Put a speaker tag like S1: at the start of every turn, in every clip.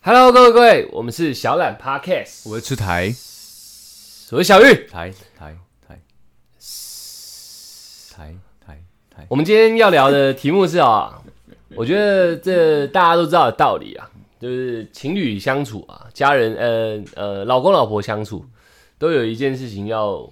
S1: Hello，各位各位，我们是小懒 Podcast，
S2: 我是吃台
S1: 我是小玉。
S2: 台台台台台台，
S1: 我们今天要聊的题目是啊，我觉得这大家都知道的道理啊，就是情侣相处啊，家人呃呃，老公老婆相处，都有一件事情要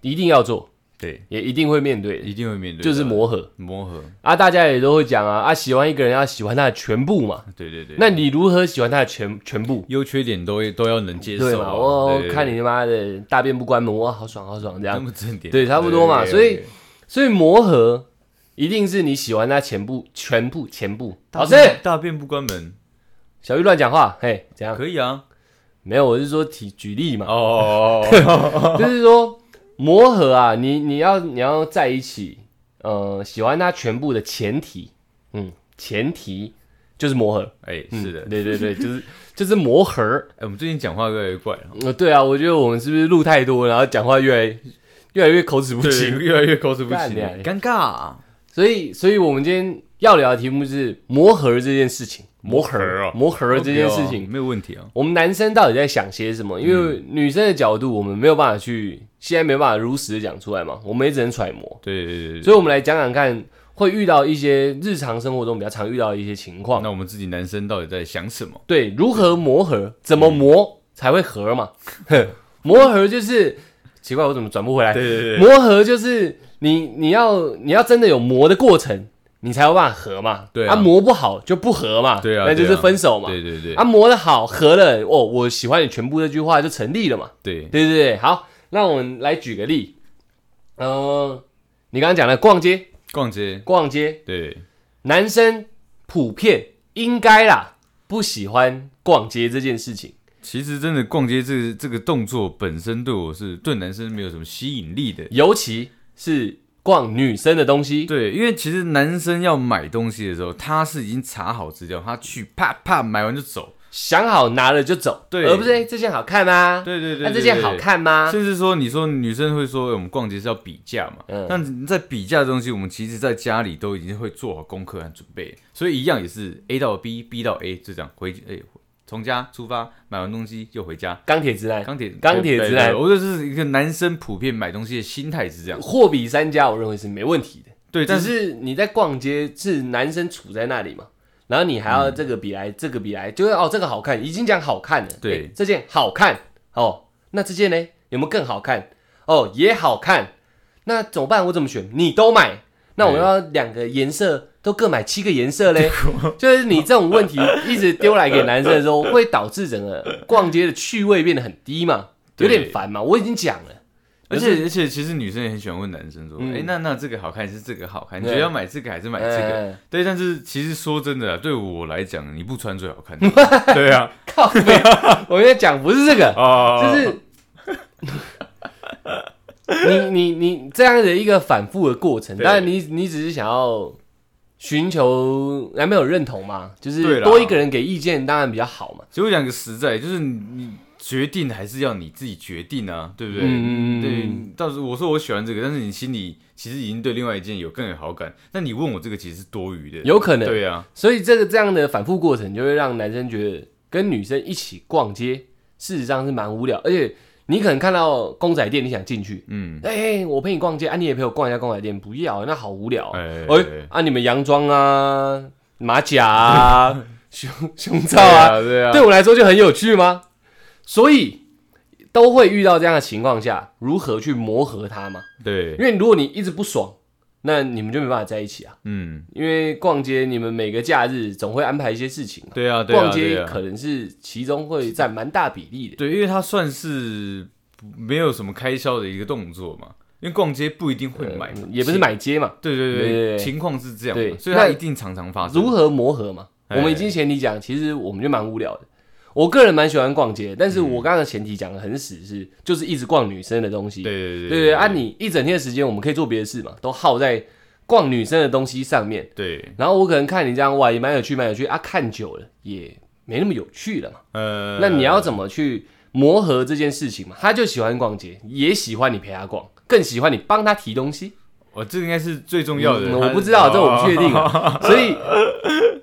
S1: 一定要做，
S2: 对，
S1: 也一定会面对的，
S2: 一定会面对啊的，
S1: 就是磨合
S2: 磨合，
S1: 啊。大家也都会讲啊啊，喜欢一个人要喜欢他的全部嘛。
S2: 对对对。
S1: 那你如何喜欢他的全全部？
S2: 优缺点都会都要能接
S1: 对
S2: 受
S1: 嘛？
S2: 啊，
S1: 我
S2: 对
S1: 看你他妈的大便不关门，哇，好爽好爽这样
S2: 那。么正点，
S1: 对差不多嘛
S2: 对
S1: 所以
S2: 对对
S1: 所以磨合一定是你喜欢他前部、全部、前部。
S2: 大
S1: 老师
S2: 便，大便不关门，
S1: 小玉乱讲话，嘿，怎样？
S2: 可以啊，
S1: 没有，我是说提举例嘛，
S2: 哦，哦哦
S1: 就是说磨合啊，你你要你要在一起，呃，喜欢他全部的前提，嗯，前提就是磨合。
S2: 哎，
S1: 嗯
S2: 是的，
S1: 对对对，就是就是磨合。
S2: 哎，我们最近讲话越来越怪了，
S1: 呃，对啊，我觉得我们是不是录太多，然后讲话越来越来越口齿不
S2: 对
S1: 清？
S2: 越来越口齿不
S1: 干
S2: 清
S1: 你啊，
S2: 尴尬，
S1: 所以，所以我们今天要聊的题目是磨合这件事情，磨合
S2: 磨合啊
S1: 磨合这件事情，
S2: 没有问题啊，
S1: 我们男生到底在想些什么？因
S2: 嗯
S1: 为女生的角度，我们没有办法去，现在没有办法如实的讲出来嘛，我们也只能揣摩。
S2: 对对对对
S1: 所以，我们来讲讲看，会遇到一些日常生活中比较常遇到的一些情
S2: 对，
S1: 况，
S2: 那我们自己男生到底在想什 么？
S1: 对，如何磨合，怎么磨才会合嘛？哼磨合就是奇怪，我怎么转不回来？
S2: 对对对对
S1: 磨合就是你你要你要真的有磨的过程，你才有办法合嘛。
S2: 对啊
S1: 磨不好就不合嘛。
S2: 对啊
S1: 那就是
S2: 对啊
S1: 分手嘛。
S2: 对对对
S1: 啊，磨的好合了，哦，我喜欢你全部这句话就成立了嘛。
S2: 对
S1: 对对对，好，那我们来举个例，呃，你刚刚讲的逛街，
S2: 逛街，
S1: 逛街，
S2: 对
S1: 男生普遍应该啦不喜欢逛街这件事情。
S2: 其实真的逛街这这个动作本身对我是对男生没有什么吸引力的。
S1: 尤其是逛女生的东西。
S2: 对，因为其实男生要买东西的时候，他是已经查好资料，他去啪啪买完就走。
S1: 想好拿了就走，
S2: 对
S1: 而不是哎、这件好看吗？
S2: 对对对
S1: 那、这
S2: 对
S1: 件好看吗？
S2: 甚至说，你说女生会说、哎我们逛街是要比价嘛？
S1: 嗯
S2: 但在比价的东西，我们其实在家里都已经会做好功课和准备，所以一样也是 A 到 B，B 到 A，就这样回哎从家出发，买完东西就回家。
S1: 钢铁直男，
S2: 钢铁
S1: 钢铁直男
S2: 对对对我就是一个男生普遍买东西的心态是这样。
S1: 货比三家，我认为是没问题的。
S2: 对，但
S1: 只
S2: 是
S1: 是你在逛街，是男生处在那里嘛，然后你还
S2: 嗯
S1: 要这个比来，这个比来，就是哦，这个好看，已经讲好看了，
S2: 对
S1: 哎这件好看哦，那这件呢有没有更好看？哦，也好看，那怎么办？我怎么选？你都买，那我
S2: 对
S1: 要两个颜色都各买七个颜色嘞？就是你这种 问题一直丢来给男生的时候，会导致整个逛街的趣味变得很低嘛，有
S2: 对
S1: 点烦嘛。我已经讲了，
S2: 而且而且，其实女生也很喜欢问男生说：“哎、
S1: 嗯
S2: 那那这个好看还是这个好看？你
S1: 对
S2: 觉得要买这个还是买这个？”
S1: 嗯
S2: 对，但是其实说真的啊，对我来讲，你不穿最好 看。对啊，
S1: 靠北，我在讲不是这个，
S2: 哦，
S1: 就是呃 你你你这样的一个反复的过程，
S2: 对
S1: 当然你你只是想要寻求男朋友认同嘛，就是
S2: 对啦
S1: 多一个人给意见，当然比较好嘛。
S2: 其实我讲个实在，就是你你决定还是要你自己决定啊，对不对？
S1: 嗯嗯嗯嗯
S2: 对，到时候我说我喜欢这个，但是你心里其实已经对另外一件有更有好感，那你问我这个其实是多余的。
S1: 有可能，
S2: 对啊，
S1: 所以这个这样的反复过程，就会让男生觉得跟女生一起逛街，事实上是蛮无聊，而且你可能看到公仔店，你想进去，
S2: 嗯，
S1: 哎、我陪你逛街，啊，你也陪我逛一下公仔店，不要，那好无聊、啊。
S2: 哎、
S1: 哎、啊，你们洋装啊、 马甲啊、 胸胸罩
S2: 对
S1: 啊，
S2: 啊，对啊，
S1: 对我来说就很有趣吗？所以都会遇到这样的情况下，如何去磨合它嘛？
S2: 对，
S1: 因为如果你一直不爽，那你们就没办法在一起啊。
S2: 嗯，
S1: 因为逛街，你们每个假日总会安排一些事情、啊，
S2: 对啊，对啊，
S1: 逛
S2: 对
S1: 街
S2: 啊
S1: 可能是其中会占蛮大比例的。
S2: 对，因为它算是没有什么开销的一个动作嘛，因为逛街不一定会买嘛
S1: 呃，也不是买街嘛，
S2: 对，对对
S1: 对
S2: 对，情况是这样
S1: 对
S2: 嘛，所以它
S1: 那
S2: 一定常常发生。
S1: 如何磨合嘛？我
S2: 哎
S1: 们已经前提讲，其实我们就蛮无聊的。我个人蛮喜欢逛街，但是我刚刚的前提讲的很死是，就是一直逛女生的东西。
S2: 对对对
S1: 对对，啊，你一整天的时间我们可以做别的事嘛，都耗在逛女生的东西上面。
S2: 对，
S1: 然后我可能看你这样哇，也蛮有趣，蛮有趣啊，看久了也没那么有趣了嘛。
S2: 呃，
S1: 那你要怎么去磨合这件事情嘛？他就喜欢逛街，也喜欢你陪他逛，更喜欢你帮他提东西。
S2: 我这个应该是最重要的，
S1: 嗯
S2: 它
S1: 啊
S2: 哦
S1: 我不知道，这我不确定啊。所以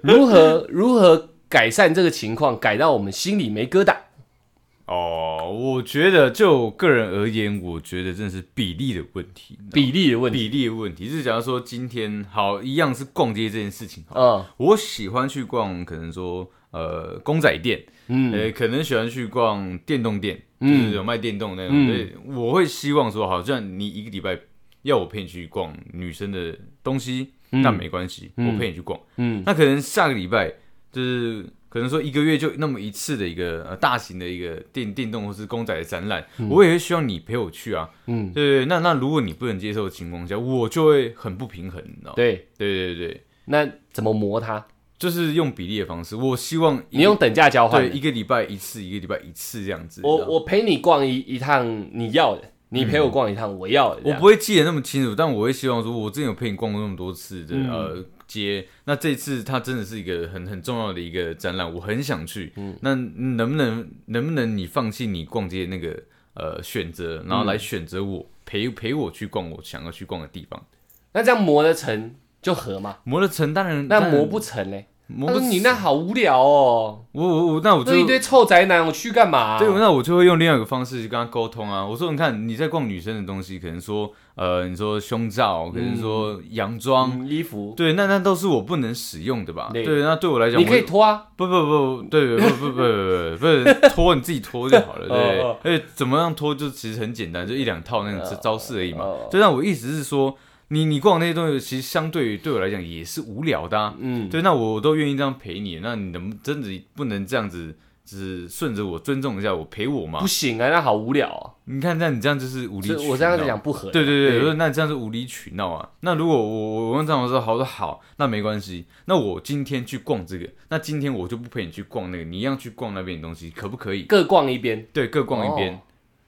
S1: 如何如何改善这个情况，改到我们心里没疙瘩。
S2: 哦，我觉得就我个人而言，我觉得真的是比例的问题，你知道吗
S1: 比例的问题，
S2: 比例的问题。就是假如说今天好，一样是逛街这件事情好了，
S1: 嗯
S2: 我喜欢去逛，可能说呃公仔店，
S1: 嗯
S2: 呃，可能喜欢去逛电动店，
S1: 嗯
S2: 就是有卖电动那种。
S1: 嗯
S2: 对，我会希望说，好像你一个礼拜要我陪你去逛女生的东西，
S1: 嗯
S2: 那没关系，
S1: 嗯
S2: 我陪你去逛。
S1: 嗯
S2: 那可能下个礼拜就是可能说一个月就那么一次的一个呃大型的一个电电动或是公仔的展览，我也会希望你陪我去啊。
S1: 嗯，
S2: 对对，那那如果你不能接受的情况下，我就会很不平衡，你知道吗？
S1: 对，
S2: 对对对，
S1: 那怎么磨它？
S2: 就是用比例的方式，我希望一
S1: 你用等价交换
S2: 对
S1: 的。
S2: 一个礼拜一次，一个礼拜一次这样子。
S1: 我
S2: 你知道吗
S1: 我陪你逛一一趟你要的，你陪我逛一趟我要的。这
S2: 我
S1: 样
S2: 不会记得那么清楚，但我会希望说，我之前有陪你逛过那么多次
S1: 嗯
S2: 的、呃街，那这次它真的是一个很很重要的一个展览，我很想去。
S1: 嗯
S2: 那能不能能不能你放弃你逛街的那个呃选择，然后来选择我、陪陪我去逛我想要去逛的地方？
S1: 那这样磨得成就合嘛？
S2: 磨得成当然，
S1: 那
S2: 当然
S1: 磨不成嘞？
S2: 嗯磨
S1: 他
S2: 不
S1: 说
S2: 成
S1: 你那好无聊哦，
S2: 我我我那我就
S1: 那一堆臭宅男，我去干嘛啊？
S2: 对，那我就会用另外一个方式去跟他沟通啊。我说，你看你在逛女生的东西，可能说呃，你说胸罩，可能说洋装。
S1: 嗯衣服，
S2: 对，那那都是我不能使用的吧？
S1: 对
S2: 对，那对我来讲，
S1: 你可以
S2: 我
S1: 脱啊，
S2: 不不不，对，不不不不不不，脱你自己脱就好了，对
S1: 哦哦。
S2: 而且怎么样脱，就其实很简单，就一两套那种招式而已嘛
S1: 哦哦。
S2: 对，那我意思是说，你你逛那些东西，其实相对于对我来讲也是无聊的啊。
S1: 嗯，
S2: 对，那我都愿意这样陪你，那你能不真的不能这样子，只顺着我尊重一下我陪我嘛
S1: 不？行啊，那好无聊啊。
S2: 你看，那你这样就是无理
S1: 所
S2: 取
S1: 以
S2: 闹。
S1: 我这样子讲不合，
S2: 对对对，我说那这样是无理取闹啊。那如果我我我用这样的说，好说好，那没关系。那我今天去逛这个，那今天我就不陪你去逛那个，你一样去逛那边的东西，可不可以？
S1: 各逛一边，
S2: 对，各逛一边。
S1: 哦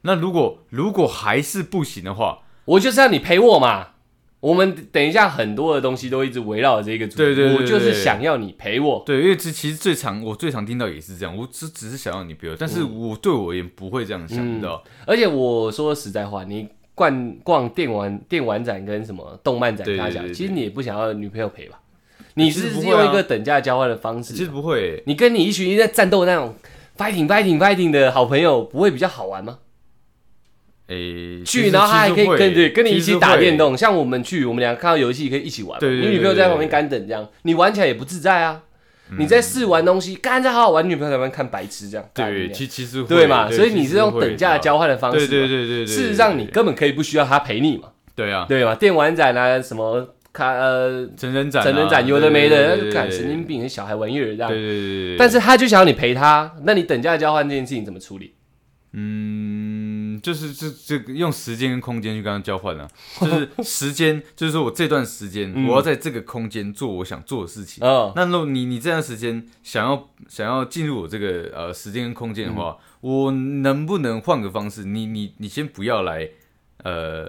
S2: 那如果如果还是不行的话，
S1: 我就是要你陪我嘛。我们等一下很多的东西都一直围绕着这个主题，
S2: 对对对对
S1: 我就是想要你陪我，
S2: 对，因为其其实最常我最常听到也是这样，我只只是想要你不要，但是我对我也不会这样想，
S1: 嗯
S2: 你知道？
S1: 而且我说实在话，你逛逛电玩电玩展跟什么动漫展，
S2: 对对
S1: 大家讲，
S2: 对对
S1: 其实你也不想要女朋友陪吧？你
S2: 其实
S1: 是
S2: 不会啊
S1: 用一个等价交换的方
S2: 其实
S1: 式，
S2: 不会欸、
S1: 你跟你一群在战斗那种 fighting fighting fighting 的好朋友，不会比较好玩吗？
S2: 诶、其
S1: 去，
S2: 实
S1: 然后他还可以跟对跟你一起打电。
S2: 其实会其实会
S1: 动，像我们去，我们俩看到游戏可以一起玩嘛，
S2: 对对对嗯
S1: 你女朋友在旁边干等这样，你玩起来也不自在啊。你在试玩东西，干这好好玩，女朋友在旁边看白痴这样，干你
S2: 对，
S1: 娘
S2: 其其实会
S1: 对嘛？所以你
S2: 其
S1: 是
S2: 实
S1: 用
S2: 会
S1: 等价
S2: 你知道
S1: 交换的方式嘛，
S2: 对对对对对。
S1: 事实上你
S2: 对
S1: 根本可以不需要他陪你嘛，
S2: 对啊，
S1: 对吧？电玩展啊，什么卡呃
S2: 成人展、啊，
S1: 成人展有的没的，那就干
S2: 看
S1: 神经。病，那小孩玩意儿这
S2: 对
S1: 样。
S2: 对对对对，
S1: 但是他就想要你陪他，那你等价交换这件事情怎么处理？
S2: 嗯，就是这这个用时间跟空间去跟他交换啊， 就是时间，就是说我这段时间、我要在这个空间做我想做的事情。
S1: 嗯，
S2: 那如果你你这段时间想要想要进入我这个呃时间跟空间的
S1: 嗯
S2: 话，我能不能换个方式？你你你先不要来呃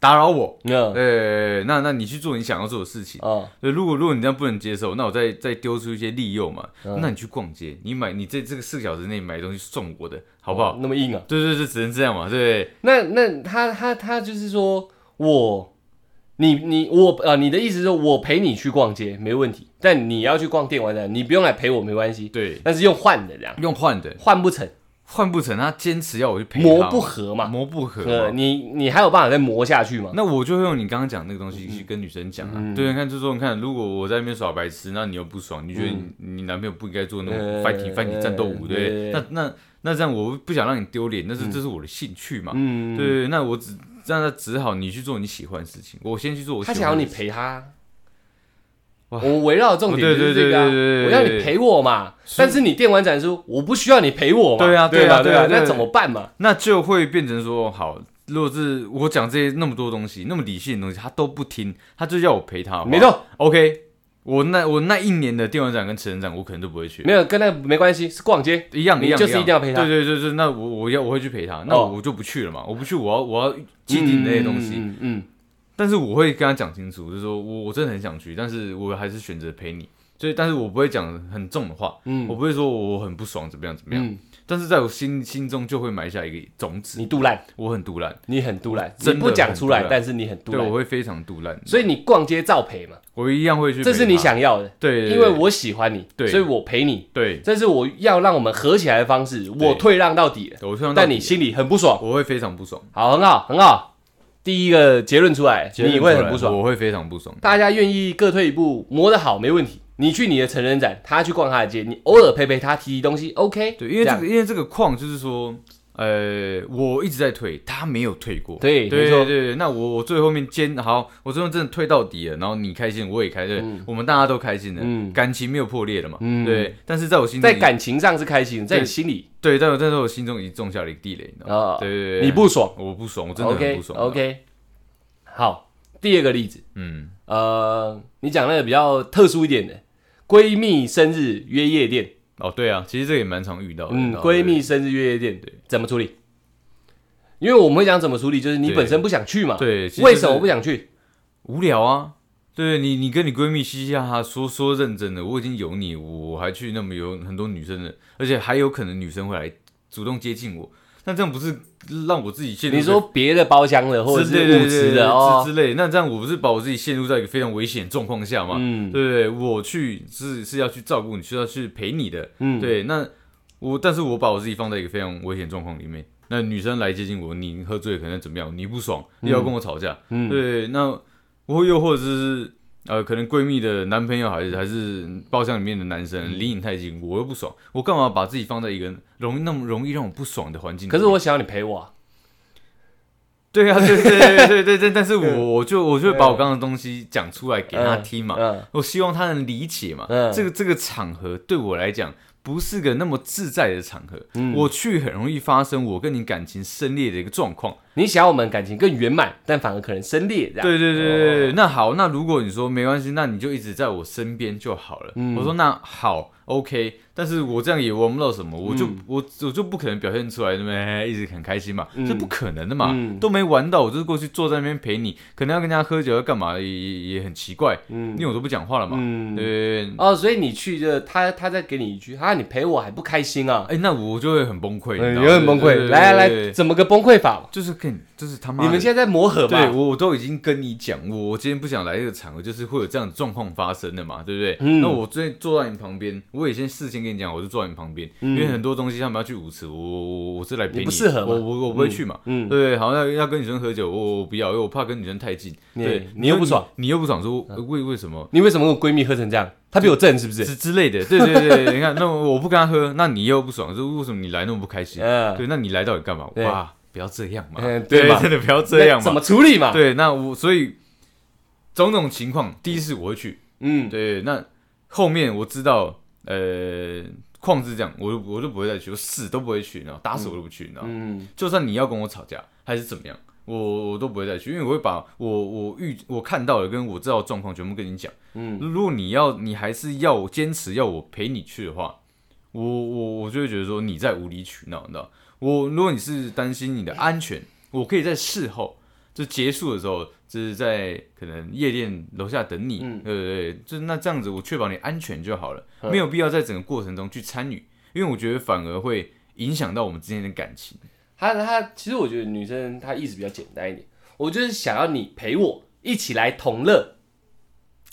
S2: 打扰我，
S1: 那
S2: 呃，那那你去做你想要做的事情。
S1: 哦，
S2: 对，如果如果你这样不能接受，那我再再丢出一些利诱嘛。
S1: 嗯
S2: 那你去逛街，你买你在这个四个小时内买东西送我的，好不好？
S1: 那么硬啊。
S2: 对对对，只能这样嘛，对
S1: 那那他他他就是说我，你你我呃，你的意思是说我陪你去逛街没问题，但你要去逛电玩展，你不用来陪我没关系。
S2: 对
S1: 但是用换的这样，
S2: 对，用换的，
S1: 换不成，
S2: 换不成，他坚持要我去陪他
S1: 磨
S2: 嘛
S1: 不合嘛。
S2: 磨不合
S1: 呃，
S2: 嘛。
S1: 你你还有办法再磨下去吗？
S2: 那我就会用你刚刚讲那个东西去跟女生讲啊，
S1: 嗯
S2: 对，你看，就说你看，如果我在那边耍白痴，那你又不爽，你觉得你,、你男朋友不应该做那种
S1: 呃
S2: fighting fighting 战斗舞，对不
S1: 嗯对
S2: 对？那那那这样我不想让你丢脸，但是这是我的兴趣嘛，
S1: 嗯，
S2: 对，那我只让他只好你去做你喜欢的事情，我先去做我喜
S1: 他
S2: 欢的
S1: 想要你
S2: 事情
S1: 陪他。
S2: 哇哦
S1: 我围绕的重点就
S2: 对
S1: 是
S2: 对
S1: 这个、啊，
S2: 对对对对
S1: 我要你陪我嘛。
S2: 是
S1: 但是你电玩展说我不需要你陪我嘛，
S2: 对啊
S1: 对
S2: 对啊
S1: 吧
S2: 对啊
S1: 吧
S2: 对啊
S1: 那怎么办嘛？
S2: 那就会变成说，好，如果是我讲这些那么多东西，那么理性的东西，他都不听，他就要我陪他，好不好
S1: 没错，
S2: ，OK，我那我那一年的电玩展跟成人展，我可能都不会去，
S1: 没有跟那个没关系，是逛街。
S2: 一样
S1: 你
S2: 一样，
S1: 就是一定要陪他
S2: 对对对对，那我我要我会去陪他，那
S1: 哦
S2: 我就不去了嘛，我不去，我要我要既定那些东西，
S1: 嗯嗯嗯
S2: 但是我会跟他讲清楚，就是说我我真的很想去，但是我还是选择陪你，所以但是我不会讲很重的话，
S1: 嗯
S2: 我不会说我很不爽怎么样怎么样，
S1: 嗯
S2: 但是在我心心中就会埋下一个种子
S1: 你，杜烂，
S2: 我很独烂，
S1: 你很杜烂，你
S2: 真的
S1: 不讲
S2: 很
S1: 出
S2: 杜
S1: 来，
S2: 烂
S1: 但是你很杜
S2: 对我
S1: 烂，
S2: 会非常独烂，
S1: 所以你逛街照赔嘛，
S2: 我一样会去陪他。
S1: 这是你想要的，
S2: 对，对，
S1: 因为
S2: 对
S1: 我喜欢你，
S2: 对
S1: 所以我陪你，
S2: 对，
S1: 这是我要让我们和起来的方式，我退让到底了，
S2: 我希望
S1: 但你心里很不爽。
S2: 我会非常不爽，
S1: 好，很好，很好。第一个结论出来，你会很不爽。
S2: 我会非常不爽。
S1: 大家愿意各退一步，磨得好没问题。你去你的成人展，他去逛他的街，你偶尔陪陪他，提提东西，OK。
S2: 对，因为这
S1: 样
S2: 个，因为这个矿就是说，呃，我一直在退，他没有退过。
S1: 对没
S2: 对
S1: 错
S2: 对对，那我我最后面坚好，我最后真的退到底了，然后你开心，我也开心，我们大家都开心了，
S1: 嗯
S2: 感情没有破裂了嘛。
S1: 嗯
S2: 对，但是在我心中
S1: 在
S2: 已
S1: 感情上是开心，在你心里
S2: 对，但我但是我心中已经种下了一个地雷，你知道吗？
S1: 啊，
S2: 对对对，
S1: 你不爽
S2: 我不爽，我真的很
S1: ，OK
S2: 不爽。啊
S1: OK。好，第二个例子，
S2: 嗯，
S1: 呃，你讲那个比较特殊一点的，闺蜜生日约夜店，
S2: 哦，对啊，其实这个也蛮常遇到的。你
S1: 嗯，
S2: 知道吗
S1: 闺蜜生日约夜店，怎么处理？因为我们会讲怎么处理，就是你
S2: 对
S1: 本身不想去嘛，
S2: 对，其实
S1: 为
S2: 就是
S1: 什么不想去？
S2: 无聊啊。对你，你跟你闺蜜嘻嘻哈哈说说认真的，我已经有你，我还去那么有很多女生的，而且还有可能女生会来主动接近我，那这样不是让我自己陷入
S1: 你说别的包厢的或者
S2: 之
S1: 是
S2: 类
S1: 舞池的
S2: 之
S1: 哦，
S2: 之类，那这样我不是把我自己陷入在一个非常危险的状况下吗？
S1: 嗯
S2: 对不对？我去是是要去照顾你，是要去陪你的，
S1: 嗯，
S2: 对，那我但是我把我自己放在一个非常危险状况里面。那女生来接近我，你喝醉可能怎么样？你不爽，又要跟我吵架，
S1: 嗯
S2: 对，那我又或者是呃，可能闺蜜的男朋友还是还是包厢里面的男
S1: 嗯
S2: 生离你太近，我又不爽，我干嘛把自己放在一个容易那么容易让我不爽的环境里
S1: 可
S2: 面？
S1: 是我想要你陪我啊，
S2: 对啊，对对对对对对，但是我我就我就会把我刚刚的东西讲出来给他听嘛，
S1: 嗯，
S2: 我希望他能理解嘛。
S1: 嗯
S2: 这个这个场合对我来讲不是个那么自在的场合，
S1: 嗯
S2: 我去很容易发生我跟你感情深裂的一个状况。
S1: 你想要我们感情更圆满，但反而可能生裂这样，
S2: 对对对对
S1: 哦
S2: 对，那好，那如果你说没关系，那你就一直在我身边就好了。
S1: 嗯
S2: 我说那好，OK，但是我这样也玩不到什么，我
S1: 嗯
S2: 就、我我就不可能表现出来，对不对？一直很开心嘛，这不可能的嘛，
S1: 嗯
S2: 都没玩到，我就是过去坐在那边陪你，可能要跟人家喝酒要干嘛，也也也很奇怪，因为我都不讲话了嘛，
S1: 嗯
S2: 对对对。
S1: 哦，所以你去就他他再给你一句啊，你陪我还不开心啊，
S2: 哎、那我就会很崩溃，你知
S1: 嗯，
S2: 道
S1: 有
S2: 吗
S1: 点崩
S2: 对
S1: 溃，
S2: 对对
S1: 来来
S2: 对对
S1: 来，怎么个崩溃法？
S2: 就是跟就是他妈
S1: 你们
S2: 的
S1: 现在在磨合
S2: 对
S1: 吧？
S2: 我我都已经跟你讲，我我今天不想来这个场合，就是会有这样的状况发生的嘛，对不对？
S1: 嗯
S2: 那我最坐在你旁边，我也先事先跟你讲，我就坐在你旁边，因为很多东西他们要去舞池，我我我是来
S1: 嗯
S2: 陪
S1: 你不适合嘛
S2: 我我我不会去嘛，
S1: 嗯
S2: 对不对？好像要跟女生喝酒，我我不要，因为我怕跟女生太近，
S1: 你
S2: 对，
S1: 你又不爽嗯
S2: 你，你又不爽，说呃为为什么？
S1: 你为什么跟我闺蜜喝成这样？她比我正是不是？
S2: 之之类的，对对对，对你看，那我不跟他喝，那你又不爽，说为什么你来那么不开 心？
S1: 嗯
S2: 对，那你来到底干嘛？
S1: 对
S2: 哇，不要这样嘛，
S1: 嗯对
S2: 对
S1: 嘛，
S2: 真的不要这样
S1: 那怎，
S2: 嘛
S1: 么处理嘛？，
S2: 对，那我所以种种情况，第一次我会去，
S1: 嗯，
S2: 对，那后面我知道，呃，矿是这样，我就我就不会再去，我死都不会去，然后打死我都不去，然后、
S1: 嗯
S2: 就算你要跟我吵架还是怎么样，我我都不会再去，因为我会把我我遇我看到的跟我知道的状况全部跟你讲。
S1: 嗯，
S2: 如果你要你还是要我坚持要我陪你去的话，我我我就会觉得说你在无理取闹，你知道？我如果你是担心你的安全，我可以在事后就结束的时候，就是在可能夜店楼下等你，
S1: 嗯
S2: 对对对，就是那这样子，我确保你安全就好了，
S1: 嗯
S2: 没有必要在整个过程中去参与，因为我觉得反而会影响到我们之间的感情。
S1: 她她其实我觉得女生她意识比较简单一点，我就是想要你陪我一起来同乐，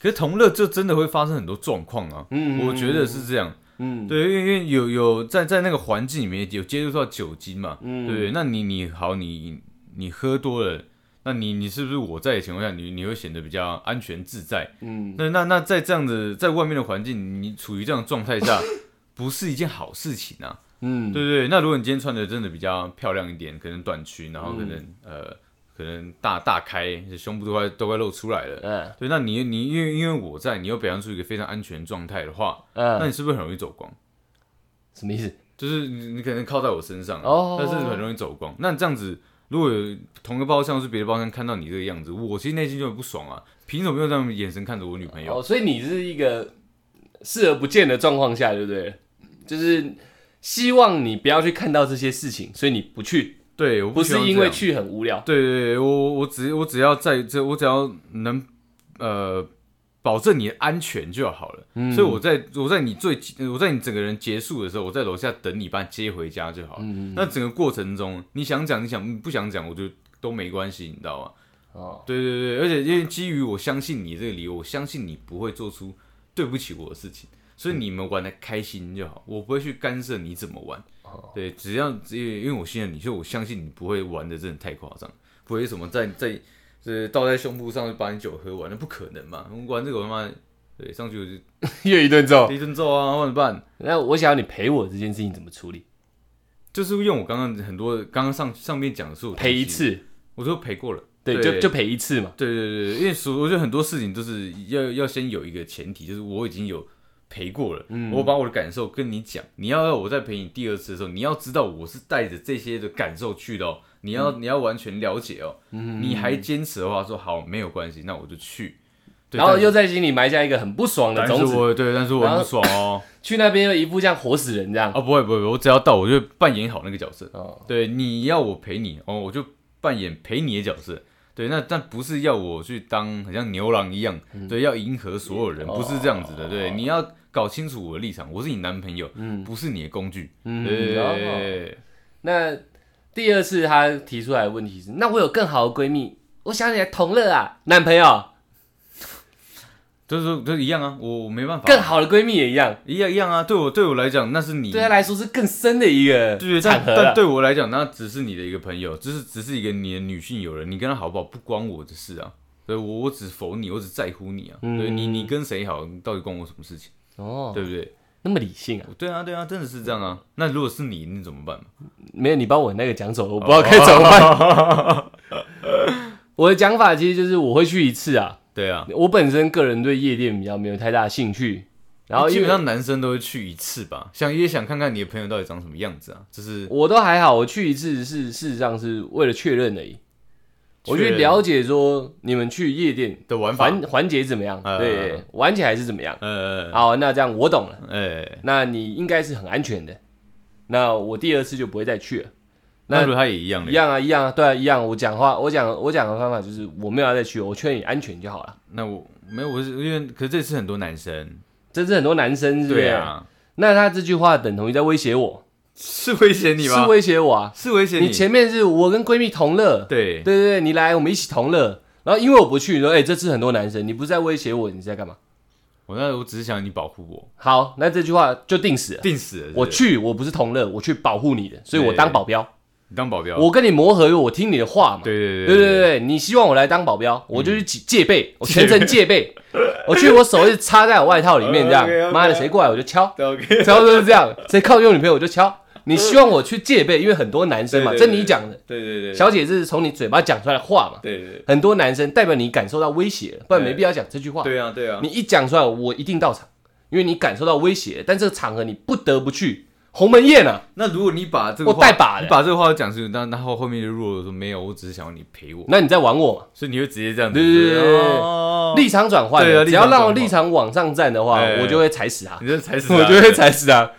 S2: 可是同乐就真的会发生很多状况啊，
S1: 嗯
S2: 我觉得是这样。
S1: 嗯，
S2: 对，因为因为有有在在那个环境里面有接触到酒精嘛，
S1: 嗯
S2: 对，那你你好，你你喝多了，那你你是不是我在的情况下，你你会显得比较安全自在？
S1: 嗯，
S2: 那那那在这样的在外面的环境，你处于这样的状态下，不是一件好事情啊，
S1: 嗯，
S2: 对不对？那如果你今天穿的真的比较漂亮一点，可能短裙，然后可能、
S1: 嗯
S2: 呃可能大大开，胸部都快都快露出来了，
S1: 嗯
S2: 对，那你你因为因为我在，你又表现出一个非常安全的状态的话，那
S1: 嗯，
S2: 你是不是很容易走光？
S1: 什么意思？
S2: 就是你你可能靠在我身上，
S1: 哦
S2: 但是很容易走光。那这样子，如果有同个包厢或是别的包厢看到你这个样子，我其实内心就很不爽啊！凭什么用这样的眼神看着我女朋友？
S1: 哦，所以你是一个视而不见的状况下，对不对？就是希望你不要去看到这些事情，所以你不去，
S2: 对，我
S1: 不
S2: 希
S1: 是
S2: 望
S1: 因
S2: 这
S1: 为
S2: 样，
S1: 去很无聊，
S2: 对对对，我我只我只要在这，我只要能呃保证你的安全就好了。所以我在我在你最我在你整个人结束的时候，我在楼下等你，把你接回家就好了。那整个过程中，你想讲你想你不想讲，我就都没关系，你知道吗？
S1: 哦，
S2: 对对对，而且因为基于我相信你这个理由，我相信你不会做出对不起我的事情，所以你们玩的开心就好，我不会去干涉你怎么玩。对，只要只因为我信任你，所以我相信你不会玩的真的太夸张，不会什么在在呃倒在胸部上就把你酒喝完，那不可能嘛！玩这个我他妈对上去我就
S1: 又一顿揍。
S2: 一顿揍啊，或者办，
S1: 那我想要你赔我这件事情怎么处理？
S2: 就是用我刚刚很多刚刚上上面讲的是我
S1: 赔一，次，
S2: 我说赔过了。
S1: 对，就就赔一次嘛。
S2: 对对对，因为所我觉得很多事情都是要要先有一个前提，就是我已经有陪过了，
S1: 嗯
S2: 我把我的感受跟你讲，你要要我再陪你第二次的时候，你要知道我是带着这些的感受去的哦，你要、
S1: 嗯
S2: 你要完全了解哦，你还坚持的话说好没有关系，那我就去，对
S1: 然后
S2: 但
S1: 又在心里埋下一个很不爽的
S2: 但是
S1: 种子，
S2: 我对，但是我
S1: 然后
S2: 很不爽哦，
S1: 去那边又一副像活死人这样。
S2: 啊不会不会，不会我只要到我就扮演好那个角色，
S1: 哦，
S2: 对，你要我陪你哦，我就扮演陪你的角色。对，那但不是要我去当很像牛郎一样，
S1: 嗯
S2: 对，要迎合所有人，不是这样子的。
S1: 哦
S2: 对，你要搞清楚我的立场，我是你男朋友，不是你的工具。
S1: 嗯
S2: 对，
S1: 那第二次她提出来的问题是：那我有更好的闺蜜，我想起来同乐啊，男朋友
S2: 哦就是说，就是一样啊，我我没办法，
S1: 更好的闺蜜也一样，
S2: 一样一样啊。对我对我来讲，那是你
S1: 对她来说是更深的一个
S2: 对，
S1: 场
S2: 但
S1: 合啊
S2: 但
S1: 了。
S2: 对我来讲，那只是你的一个朋友，只是只是一个你的女性友人，你跟她好不好不关我的事啊。对我我只否你，我只在乎你啊。对你你跟谁好，到底关我什么事情？
S1: 嗯哦，
S2: 对不对？
S1: 那么理性啊？
S2: 对啊，对啊，真的是这样啊。那如果是你，你怎么办嘛？
S1: 没有，你帮我那个讲走了，我不
S2: 哦
S1: 知道该怎么办。 我的讲法其实就是我会去一次啊，
S2: 对啊，
S1: 我本身个人对夜店比较没有太大兴趣，然后
S2: 哎基
S1: 因
S2: 本
S1: 为
S2: 上男生都会去一次吧，想也想看看你的朋友到底长什么样子啊。就是
S1: 我都还好，我去一次是事实上是为了确认而已，我
S2: 确
S1: 去
S2: 认
S1: 了解说你们去夜店
S2: 的玩法，
S1: 环环节怎么样，
S2: 呃
S1: 对，玩起来是怎么样。
S2: 呃，
S1: 好，那这样我懂了，
S2: 哎，
S1: 那你应该是很安全的，那我第二次就不会再去了。
S2: 那
S1: 那
S2: 如果他也一样
S1: 一
S2: 嘞，
S1: 样啊，一样啊，对啊，一样。我讲话，我讲我讲的方法就是我没有要再去，我劝你安全就好了。
S2: 那我没有，我是因为可是这次很多男生，
S1: 这是很多男生是不是
S2: 对，啊，
S1: 那他这句话等同于在威胁我，
S2: 是威胁你吗
S1: 是？威胁我啊！
S2: 是威胁
S1: 你前面是我跟闺蜜同乐，
S2: 对
S1: 对对对，你来我们一起同乐。然后因为我不去，你说哎、这次很多男生，你不是在威胁我，你是在干嘛？
S2: 我那我只是想你保护 我，
S1: 好，那这句话就定死了。
S2: 定死了，
S1: 我
S2: 是
S1: 去，我不是同乐，我去保护你的，所以我当保镖，
S2: 你当保镖，
S1: 我跟你磨合，我听你的话嘛。
S2: 对
S1: 对
S2: 对对嗯
S1: 对对，你希望我来当保镖，我就去戒戒 备，我全程戒备，我去，我手一直插在我外套里面， 这样，
S2: OK，OK
S1: 妈的，谁过来我就敲，
S2: 对，OK，
S1: 然后就是这样，谁靠近我女朋友我就敲。你希望我去戒备，因为很多男生嘛，
S2: 对
S1: 这
S2: 对
S1: 你讲的，
S2: 对对对，
S1: 小姐这是从你嘴巴讲出来的话嘛，
S2: 对对
S1: 很多男生代表你感受到威胁了，不然
S2: 对
S1: 没必要讲这句话。
S2: 对啊对啊，
S1: 你一讲出来，我一定到场，因为你感受到威胁，但这个场合你不得不去。鸿门宴啊，
S2: 那如果你把这个
S1: 我
S2: 话
S1: 带把的
S2: 你把这个话讲清楚，那然后后面就弱了说没有，我只是想要你陪我，
S1: 那你在玩我嘛？
S2: 所以你会直接这样子，
S1: 对对对对对
S2: 哦
S1: 立场转换
S2: 对啊
S1: 了，
S2: 立
S1: 只
S2: 场
S1: 要让
S2: 转
S1: 我
S2: 换
S1: 立场往上站的话
S2: 哎，
S1: 我就会踩死他。
S2: 你这才是啊
S1: 我就会踩死他。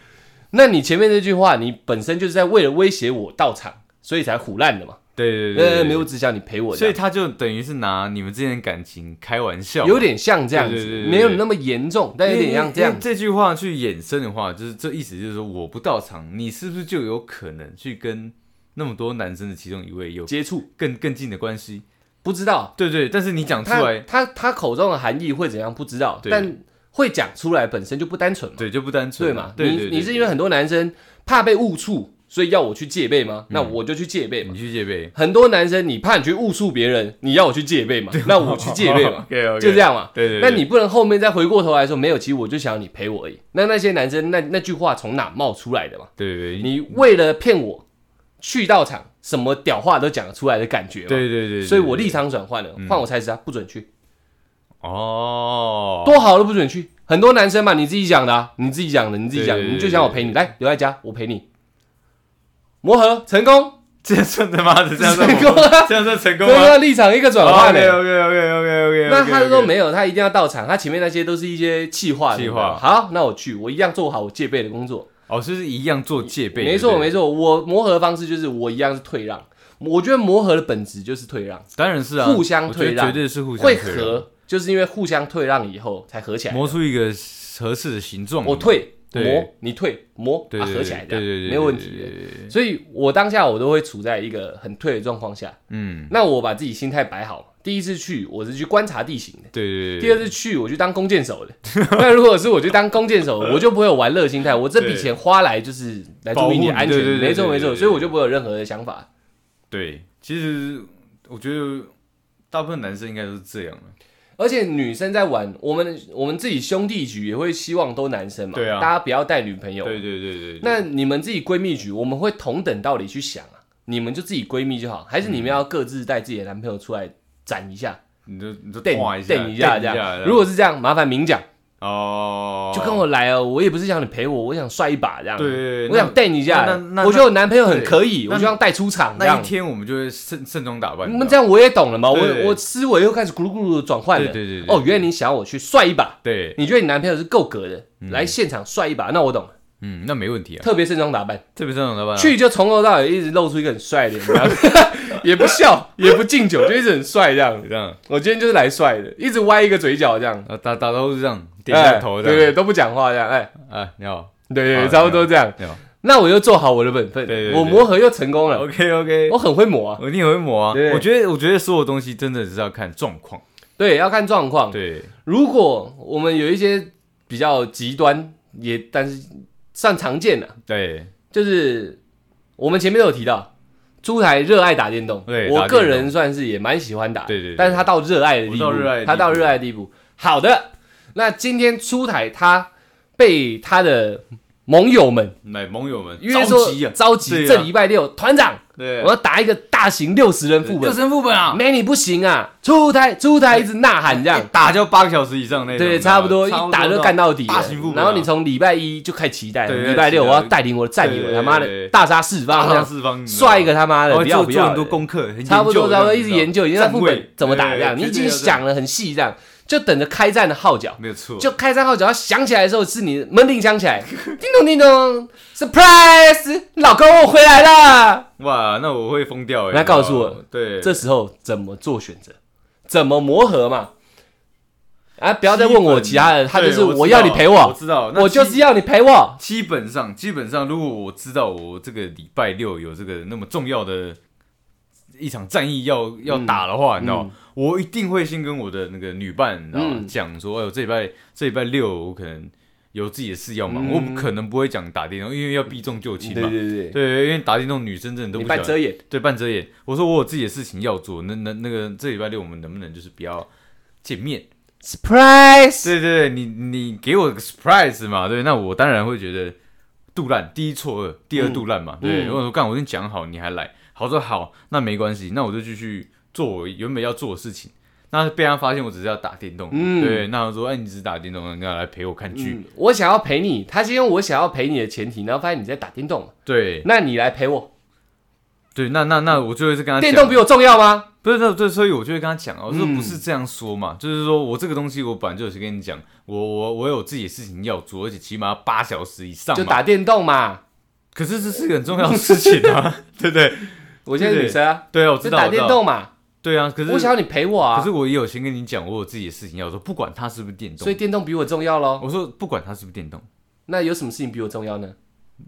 S1: 那你前面这句话，你本身就是在为了威胁我到场，所以才唬烂的嘛。
S2: 对对对
S1: 呃，
S2: 对，
S1: 没有，只想你陪我这
S2: 所以
S1: 样，
S2: 他就等于是拿你们之间的感情开玩笑，
S1: 有点像这样子
S2: 对对对，对
S1: 没有那么严重，但有点像这
S2: 因为因为
S1: 样。
S2: 这句话去衍生的话，就是这意思就是说，我不到场，你是不是就有可能去跟那么多男生的其中一位有
S1: 接触，
S2: 更更近的关系？
S1: 不知道
S2: 对对，但是你讲出
S1: 他
S2: 来，
S1: 他他口中的含义会怎样，不知道，
S2: 对
S1: 但会讲出来本身就不单纯嘛，
S2: 对就不单纯
S1: 对
S2: 了
S1: 嘛？
S2: 对对，
S1: 你
S2: 对
S1: 你是因为很多男生怕被误触，所以要我去戒备吗？
S2: 嗯
S1: 那我就去戒备嘛。
S2: 你去戒备，
S1: 很多男生你怕你去误触别人，你要我去戒备嘛？那我去戒备 嘛，
S2: ，OK OK，
S1: 就这，样嘛。
S2: 对对，
S1: 哦那
S2: 对
S1: 你不能后面再回过头来说没有，其实我就想要你陪我而已。那那些男生，那那句话从哪冒出来的嘛？
S2: 对对对
S1: 你为了骗我去到场，什么屌话都讲得出来的感觉嘛？
S2: 对对对，嗯
S1: 所以我
S2: 立
S1: 立场转换了，换我猜是他啊不准去，
S2: 哦，
S1: 多好都不准去。很多男生嘛，你自己讲的、啊，你自己讲的，你自己讲的，
S2: 对对对
S1: 你就想我陪你，来留在家，我陪你磨合成功，
S2: 这样 算他妈的这样算
S1: 成功啊！
S2: 这样算
S1: 这
S2: 成功吗？哦
S1: 个立场一个转换
S2: ，OK
S1: 呢。
S2: OK OK OK OK，
S1: 那他说没有，他一定要到场，他前面那些都是一些气话。
S2: 气话
S1: 好，那我去，我一样做好我戒备的工作。
S2: 哦，就是一样做戒备，
S1: 没
S2: 对
S1: 错
S2: 不对
S1: 没错，我磨合的方式就是我一样是退让，我觉得磨合的本质就是退让，
S2: 当然是啊，
S1: 互相
S2: 我觉得
S1: 退让
S2: 绝对是互相
S1: 会
S2: 退让
S1: 合就是因为互相退让以后才合起来。
S2: 磨出一个合适的形状嘛。
S1: 我退
S2: 对
S1: 磨，你退磨，
S2: 对
S1: 啊，
S2: 对
S1: 合起来这
S2: 对
S1: 样
S2: 对对，
S1: 没有问
S2: 对对
S1: 题。
S2: 对对对
S1: 所以我当下我都会处在一个很退的状况下。
S2: 嗯，
S1: 那我把自己心态摆好，第一次去我是去观察地形的。
S2: 对对对。
S1: 第二次去我就当弓箭手的， 那如果是我就当弓箭手，我就不会有玩乐心态，我这笔
S2: 对
S1: 钱花来就是来
S2: 保
S1: 注
S2: 护
S1: 意你
S2: 你
S1: 的安
S2: 对
S1: 全，
S2: 对对
S1: 没错
S2: 对
S1: 没
S2: 对
S1: 错，
S2: 对
S1: 所以我就不会有任何的想法。
S2: 对，其实我觉得大部分男生应该都是这样的。
S1: 而且女生在玩，我们我们自己兄弟局也会希望都男生嘛，
S2: 对啊
S1: 大家不要带女朋友。
S2: 对对对对。
S1: 那你们自己闺蜜局，我们会同等道理去想啊，你们就自己闺蜜就好，还是你
S2: 嗯
S1: 们要各自带自己的男朋友出来展一下，
S2: 你就你就
S1: 瞪
S2: 画一下，
S1: 瞪一下这样。如果是这样，麻烦明讲，
S2: 哦，
S1: 就跟我来哦，我也不是想你陪我，我想帅一把这样。
S2: 对对对，
S1: 我想
S2: 带
S1: 带你一下
S2: 那那，那
S1: 我觉得我男朋友很可以，
S2: 对
S1: 我就想带出场这
S2: 那一
S1: 样。
S2: 天我们就会盛盛装打扮。
S1: 那这样我也懂了嘛，
S2: 对
S1: 我我思维又开始咕噜咕噜的转换了。
S2: 对对对对
S1: 哦，原来你想要我去帅一把，
S2: 对，
S1: 你觉得你男朋友是够格的，来现场帅一把，那我懂了。
S2: 嗯，那没问题啊，
S1: 特别盛装打扮，
S2: 特别盛装打扮啊。
S1: 去就从头到尾一直露出一个很帅的脸，然后 也不笑，也不敬酒，就一直很帅这样。
S2: 这样，
S1: 我今天就是来帅的，一直歪一个嘴角这样，
S2: 啊打打招呼是这样，点一下头
S1: 哎
S2: 这
S1: 对
S2: 样。
S1: 对，都不讲话这样，哎，
S2: 哎，你好
S1: 对对，
S2: 好
S1: 对差不多这样
S2: 你好。
S1: 那我又做好我的本分
S2: 对对，对
S1: 我磨合又成功了，
S2: ，OK OK，
S1: 我很会磨啊。
S2: 我一定会抹啊。
S1: 对
S2: 我觉得我觉得所有东西真的是要看状况。
S1: 对，要看状况。
S2: 对，
S1: 如果我们有一些比较极端，也但是算常见的、
S2: 对，
S1: 就是我们前面都有提到，朱台热爱打电动，
S2: 对打
S1: 我
S2: 电
S1: 个人算是也蛮喜欢打，
S2: 对对对
S1: 但是他到热爱的地步，
S2: 我到热爱的地步
S1: 他到热爱的地步。好的，那今天朱台他被他的盟友们
S2: 来盟友们
S1: 约说
S2: 着急啊，
S1: 着急，
S2: 对啊
S1: 这礼拜六团长，
S2: 对
S1: 我，要打一个大型六十人副本
S2: 六，神副本啊，哎
S1: 没你不行啊！出台出台一直呐喊这样
S2: 一，打就八个小时以上那种，
S1: 对，
S2: 你知道吗
S1: 差不多一打就干到底了
S2: 大型副本啊
S1: 然后你从礼拜一就开始期待了，
S2: 对
S1: 礼拜六
S2: 期
S1: 我
S2: 待
S1: 要带领我的战友
S2: 对对
S1: 他妈
S2: 对
S1: 的大杀四
S2: 大
S1: 方，这
S2: 杀
S1: 样
S2: 四方，你知道
S1: 啊
S2: 吗
S1: 帅一个他妈的
S2: 然后
S1: 不要
S2: 做
S1: 不
S2: 做
S1: 要
S2: 很多
S1: 的，
S2: 功课，很研究
S1: 差不多
S2: 这
S1: 差
S2: 样
S1: 不多
S2: 你
S1: 一
S2: 知
S1: 直
S2: 道吗
S1: 研究，你看
S2: 站
S1: 副
S2: 位
S1: 本怎么打
S2: 对
S1: 这样，你
S2: 绝
S1: 已
S2: 对
S1: 经
S2: 要这样
S1: 想了很细这样，就等着开战的号角。
S2: 没有错，
S1: 就开战号角要响起来的时候，是你门铃响起来， 叮咚叮咚，surprise，老公我回来啦！
S2: 哇，那我会疯掉哎，
S1: 那
S2: 你知道吗
S1: 告诉我，
S2: 对，
S1: 这时候怎么做选择，怎么磨合嘛？啊，不要再问我其他人，他就
S2: 对
S1: 是
S2: 我知道
S1: 我要你陪
S2: 我
S1: 我，
S2: 知道，那
S1: 我就是
S2: 基。
S1: 要你陪我。
S2: 基本上，基本上，如果我知道我这个礼拜六有这个那么重要的一场战役要要打的话，你知道，我一定会先跟我的那个女伴，你知道吗
S1: 嗯
S2: 讲说，哎呦，这礼拜这礼拜六我可能有自己的事要忙，我不可能不会讲打电动，因为要避重就轻嘛。
S1: 嗯对，
S2: 对，因为打电动女生真的都
S1: 你
S2: 不
S1: 半
S2: 喜欢。
S1: 遮掩，
S2: 对，半遮掩。我说我有自己的事情要做，那那那个这礼拜六我们能不能就是不要见面？
S1: surprise。
S2: 对对对，你你给我个 surprise 嘛，对，那我当然会觉得杜烂，第一错愕，第二杜烂嘛，对。
S1: 嗯
S2: 如果说干，我已经讲好，你还来，好说好，那没关系，那我就继续做我原本要做的事情。那被他发现我只是要打电动，
S1: 嗯
S2: 对，那我说，哎，你只是打电动，你要来陪我看剧，
S1: 嗯，我想要陪你，他先用我想要陪你的前提，然后发现你在打电动，
S2: 对
S1: 那你来陪我，
S2: 对，那那那我就会是跟他
S1: 电
S2: 讲
S1: 动比我重要吗？
S2: 不是，那对，所以我就会跟他讲啊，我说
S1: 嗯
S2: 不是这样说嘛，就是说我这个东西我本来就有先跟你讲，我我我有自己的事情要做，而且起码要八小时以上
S1: 就
S2: 嘛。
S1: 打电动嘛，
S2: 可是这是个很重要的事情 啊，对不对？
S1: 我现在是女生啊，
S2: 对啊，我
S1: 就
S2: 知道，
S1: 打
S2: 我知道
S1: 电，动嘛，
S2: 对啊。可是
S1: 我想要你陪我
S2: 可
S1: 啊
S2: 是，我也有先跟你讲，我有自己的事情要做，不管它是不是电动
S1: 所以。电动比我重要咯。
S2: 我说不管它是不是电动，
S1: 那有什么事情比我重要呢？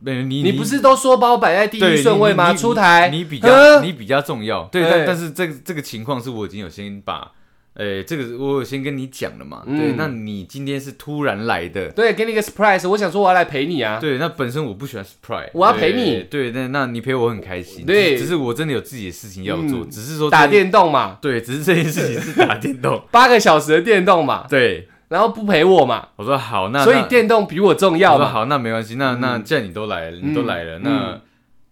S2: 没有你
S1: 你不是都说把我摆在第
S2: 对
S1: 一顺位
S2: 你
S1: 吗？
S2: 你
S1: 出台，啊哎
S2: 你比
S1: 呵
S2: 较你比较重要，对，但
S1: 对
S2: 但是这个这个情况是我已经有先把，呃，这个我有先跟你讲了嘛，
S1: 嗯
S2: 对，那你今天是突然来的，
S1: 对，给你一个 surprise，我想说我要来陪你啊。
S2: 对，那本身我不喜欢 surprise，
S1: 我要陪你
S2: 对，对那那你陪我很开心。
S1: 对
S2: 只只是我真的有自己的事情要做，
S1: 嗯
S2: 只是说
S1: 打
S2: 这件，
S1: 电动嘛，。
S2: 对，只是这件事情是打电动
S1: 八个小时的电动 嘛，
S2: 对，
S1: 然后不陪我嘛，
S2: 我说好，那
S1: 所以
S2: 那
S1: 电动比我重要
S2: 我说
S1: 嘛。
S2: 好，那没关系，那那既然你都来了，你都
S1: 嗯
S2: 来了，那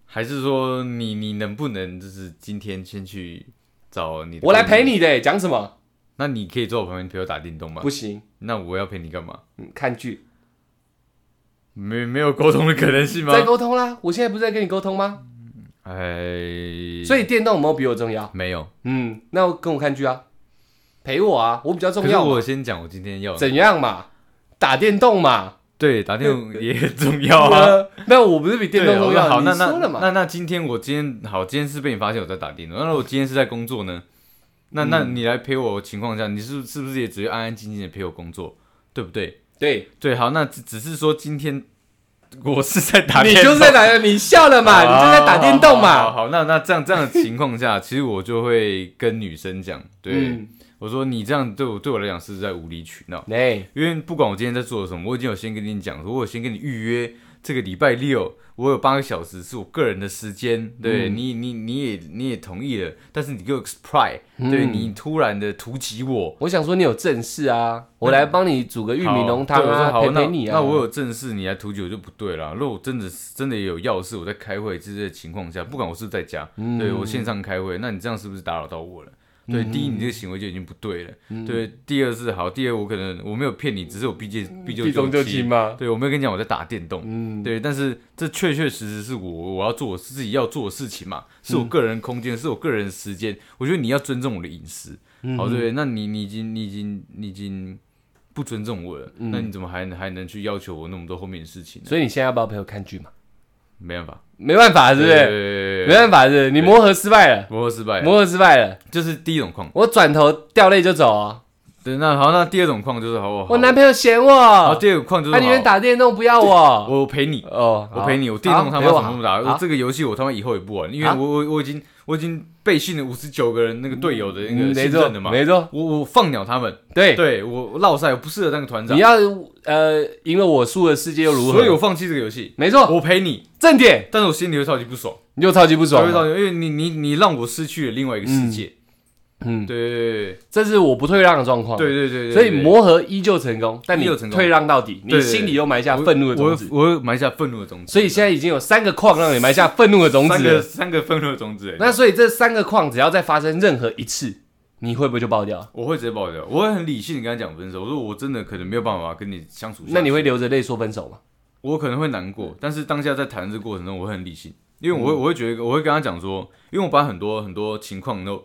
S2: 还是说你你能不能就是今天先去找你？
S1: 我来陪，你的、讲什么？
S2: 那你可以坐我旁边陪我打电动吗
S1: 不？行，
S2: 那我要陪你干嘛？
S1: 嗯看剧，
S2: 没没有沟通的可能性吗
S1: 再？沟通啦。我现在不是在跟你沟通吗？
S2: 哎，
S1: 所以电动有没有比我重要？
S2: 没有。
S1: 嗯，那我跟我看剧啊，陪我啊，我比较
S2: 可
S1: 重
S2: 是
S1: 要嘛。
S2: 我先讲，我今天 要
S1: 怎样嘛？打电动嘛。
S2: 对，打 电动也很重要啊。
S1: 呃 那我不是比电动
S2: 对我
S1: 重
S2: 说
S1: 要？
S2: 好，那
S1: 你
S2: 那
S1: 说了嘛？
S2: 那那今天我今天好，今天是被你发现我在打电动，那我今天是在工作呢？那那你来陪我的情况下，你是是不是也只会安安静静的陪我工作，对不对？
S3: 对，
S2: 对，好，那只只是说今天我是在打
S3: 你
S2: 电动，哦
S3: 就是在打，你笑了嘛，你就在打电动
S2: 好好
S3: 嘛。
S2: 好，那那这样这样的情况下，其实我就会跟女生讲，对、
S3: 嗯，
S2: 我说你这样对我对我来讲是在无理取闹，
S1: 哎，
S2: 因为不管我今天在做什么，我已经有先跟你讲，我有先跟你预约这个礼拜六，我有八个小时是我个人的时间，对、
S1: 嗯
S2: 你你你也你也同意了，但是你给我 surprise，、对
S1: 嗯
S2: 你突然的突袭我。
S1: 我想说你有正事啊，我来帮你煮个玉米浓汤
S2: 对我说
S1: 啊，
S2: 嗯好
S1: 陪
S2: 那
S1: 陪你啊。
S2: 那我有正事，你来突击我就不对啦。如果我真的是真的也有要事，我在开会之类的情况下，不管我是不是在家，
S1: 嗯
S2: 对我线上开会，那你这样是不是打扰到我了？对，第一，你这个行为就已经不对了。
S1: 嗯
S2: 对，第二是好，第二我可能我没有骗你，只是我毕竟
S1: 嗯
S2: 毕就
S3: 轻嘛。
S2: 对，我没有跟你讲我在打电动，对，但是这确确实实是我我要做我自己要做的事情嘛，是
S1: 嗯
S2: 我个人空间，是我个人时间，我觉得你要尊重我的隐私，
S1: 嗯
S2: 好，对，那你你已经你已经你已经不尊重我了，
S1: 嗯
S2: 那你怎么还还能去要求我那么多后面的事情呢？
S1: 所以你现在要不要陪我看剧嘛？
S2: 没办法，
S1: 没办法，是不是？
S2: 对
S1: 没办法，是不是你磨合失败了，
S2: 磨合失败，
S1: 磨合失败了，
S2: 就是第一种况。
S1: 我转头掉泪就走啊！
S2: 对，那好，那第二种况就是好，我
S1: 我男朋友嫌我
S2: 好，，第二个况就是
S1: 他宁愿
S2: 好，
S1: 打电动不要我。
S2: 我陪你，
S1: 哦，
S2: 我
S1: 好
S2: 陪你，我电动他妈
S1: 好
S2: 什么都不打，
S1: 陪我好啊
S2: 我这个游戏我他妈以后也不玩，因为
S1: 好
S2: 我我我已经我已经被训了五十九个人那个队友的那
S1: 嗯
S2: 个
S1: 没
S2: 信
S1: 错
S2: 任的嘛，
S1: 没错，
S2: 我我放鸟他们，
S1: 对，
S2: 对我我落赛我不适合当个团长
S1: 你，要呃赢了我输了世界又如何？
S2: 所以我放弃这个游戏，
S1: 没错，
S2: 我陪你，
S1: 正点
S2: 但是我心里会超级不爽，
S1: 你就超级不爽啊
S2: 超级
S1: 了，
S2: 超级，因为你你你让我失去了另外一个世界，
S1: 嗯，
S2: 对
S1: 这是我不退让的状况。
S2: 对对对对，对
S1: 所以磨合依旧成功，但你
S2: 依旧成功
S1: 退让到底，你
S2: 对对对
S1: 心里又埋下愤怒的种子。
S2: 我我我埋下愤怒的种子，
S1: 所以现在已经有三个框让你埋下愤怒的种
S2: 三
S1: 子
S2: 个
S1: 了。
S2: 三个愤怒的种子，
S1: 那所以这三个框只要再发生任何一次，你会不会就爆掉？
S2: 我会直接爆掉，我会很理性的跟他讲分手，我说我真的可能没有办法跟你相处下去，
S1: 那你会流着泪说分手吗？
S2: 我可能会难过，但是当下在谈这个过程中，我会很理性，因为
S1: 嗯
S2: 我会、我会觉得我会跟他讲说，因为我把很多很多情况都，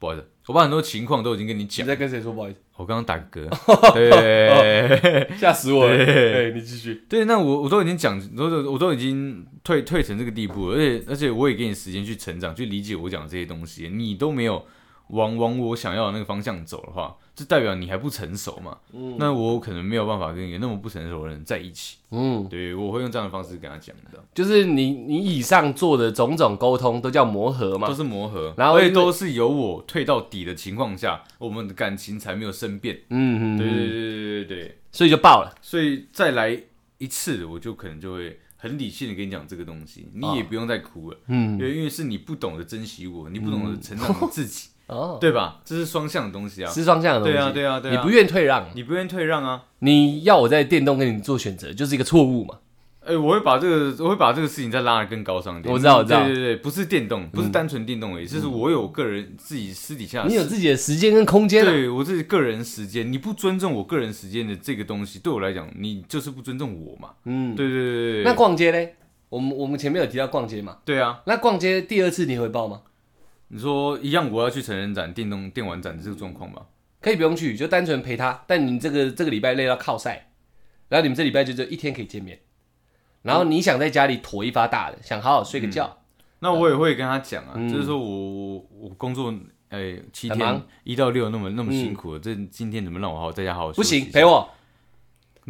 S2: 不好意思，我把很多情况都已经跟你讲。
S1: 在跟谁说不好意思？
S2: 我刚刚打个嗝，对
S1: 吓死我
S2: 了
S1: 对，你继续。
S2: 对，那我我都已经讲，我都我都已经退退成这个地步了，而且而且我也给你时间去成长，去理解我讲的这些东西，你都没有往往我想要的那个方向走的话，就代表你还不成熟嘛。那我可能没有办法跟一个那么不成熟的人在一起，
S1: 嗯，
S2: 对我会用这样的方式跟他讲的。
S1: 就是你你以上做的种种沟通都叫磨合
S2: 都
S1: 嘛。
S2: 是磨合，
S1: 然后
S2: 而且
S1: 因为
S2: 都是由我退到底的情况下，我们的感情才没有生变。
S1: 嗯嗯，
S2: 对
S1: 嗯，
S2: 对对对对对，
S1: 所以就爆了。
S2: 所以再来一次，我就可能就会很理性的跟你讲这个东西，你也不用再哭了，
S1: 啊嗯
S2: 因，为因为是你不懂得珍惜我，你不懂得成长你 自己，
S1: 哦，
S2: 对吧？这是双向的东西啊。
S1: 是双向的东西。
S2: 对啊对啊对啊，
S1: 你不愿退让，
S2: 你不愿意退让啊？
S1: 你要我在电动跟你做选择，就是一个错误嘛。
S2: 哎、我会把这个，我会把这个事情再拉得更高尚一
S1: 哦
S2: 点。
S1: 我知道我知道嗯
S2: 对对对，不是电动，不是单纯电动而已，这是我有个人自己私底下的
S1: 你有
S2: 事
S1: 自己的时间跟空间、啊。
S2: 对我自己个人时间，你不尊重我个人时间的这个东西，对我来讲，你就是不尊重我嘛。
S1: 嗯，
S2: 对对对对，
S1: 那逛街嘞？我们我们前面有提到逛街嘛？
S2: 对啊，
S1: 那逛街第二次你会报吗？
S2: 你说一样，我要去成人展、电动电玩展这个状况吧。
S1: 可以不用去，就单纯陪他。但你这个这个礼拜累到靠晒，然后你们这礼拜就只有一天可以见面，然后你想在家里妥一发大的，想好好睡个觉，
S2: 那我也会跟他讲啊，就是说我我我工作哎、七
S1: 嗯很
S2: 天
S1: 忙嗯
S2: 一到六那么那么辛苦了，这今天怎么让我好好在家好好
S1: 不
S2: 休息
S1: 行
S2: 一下
S1: 陪我。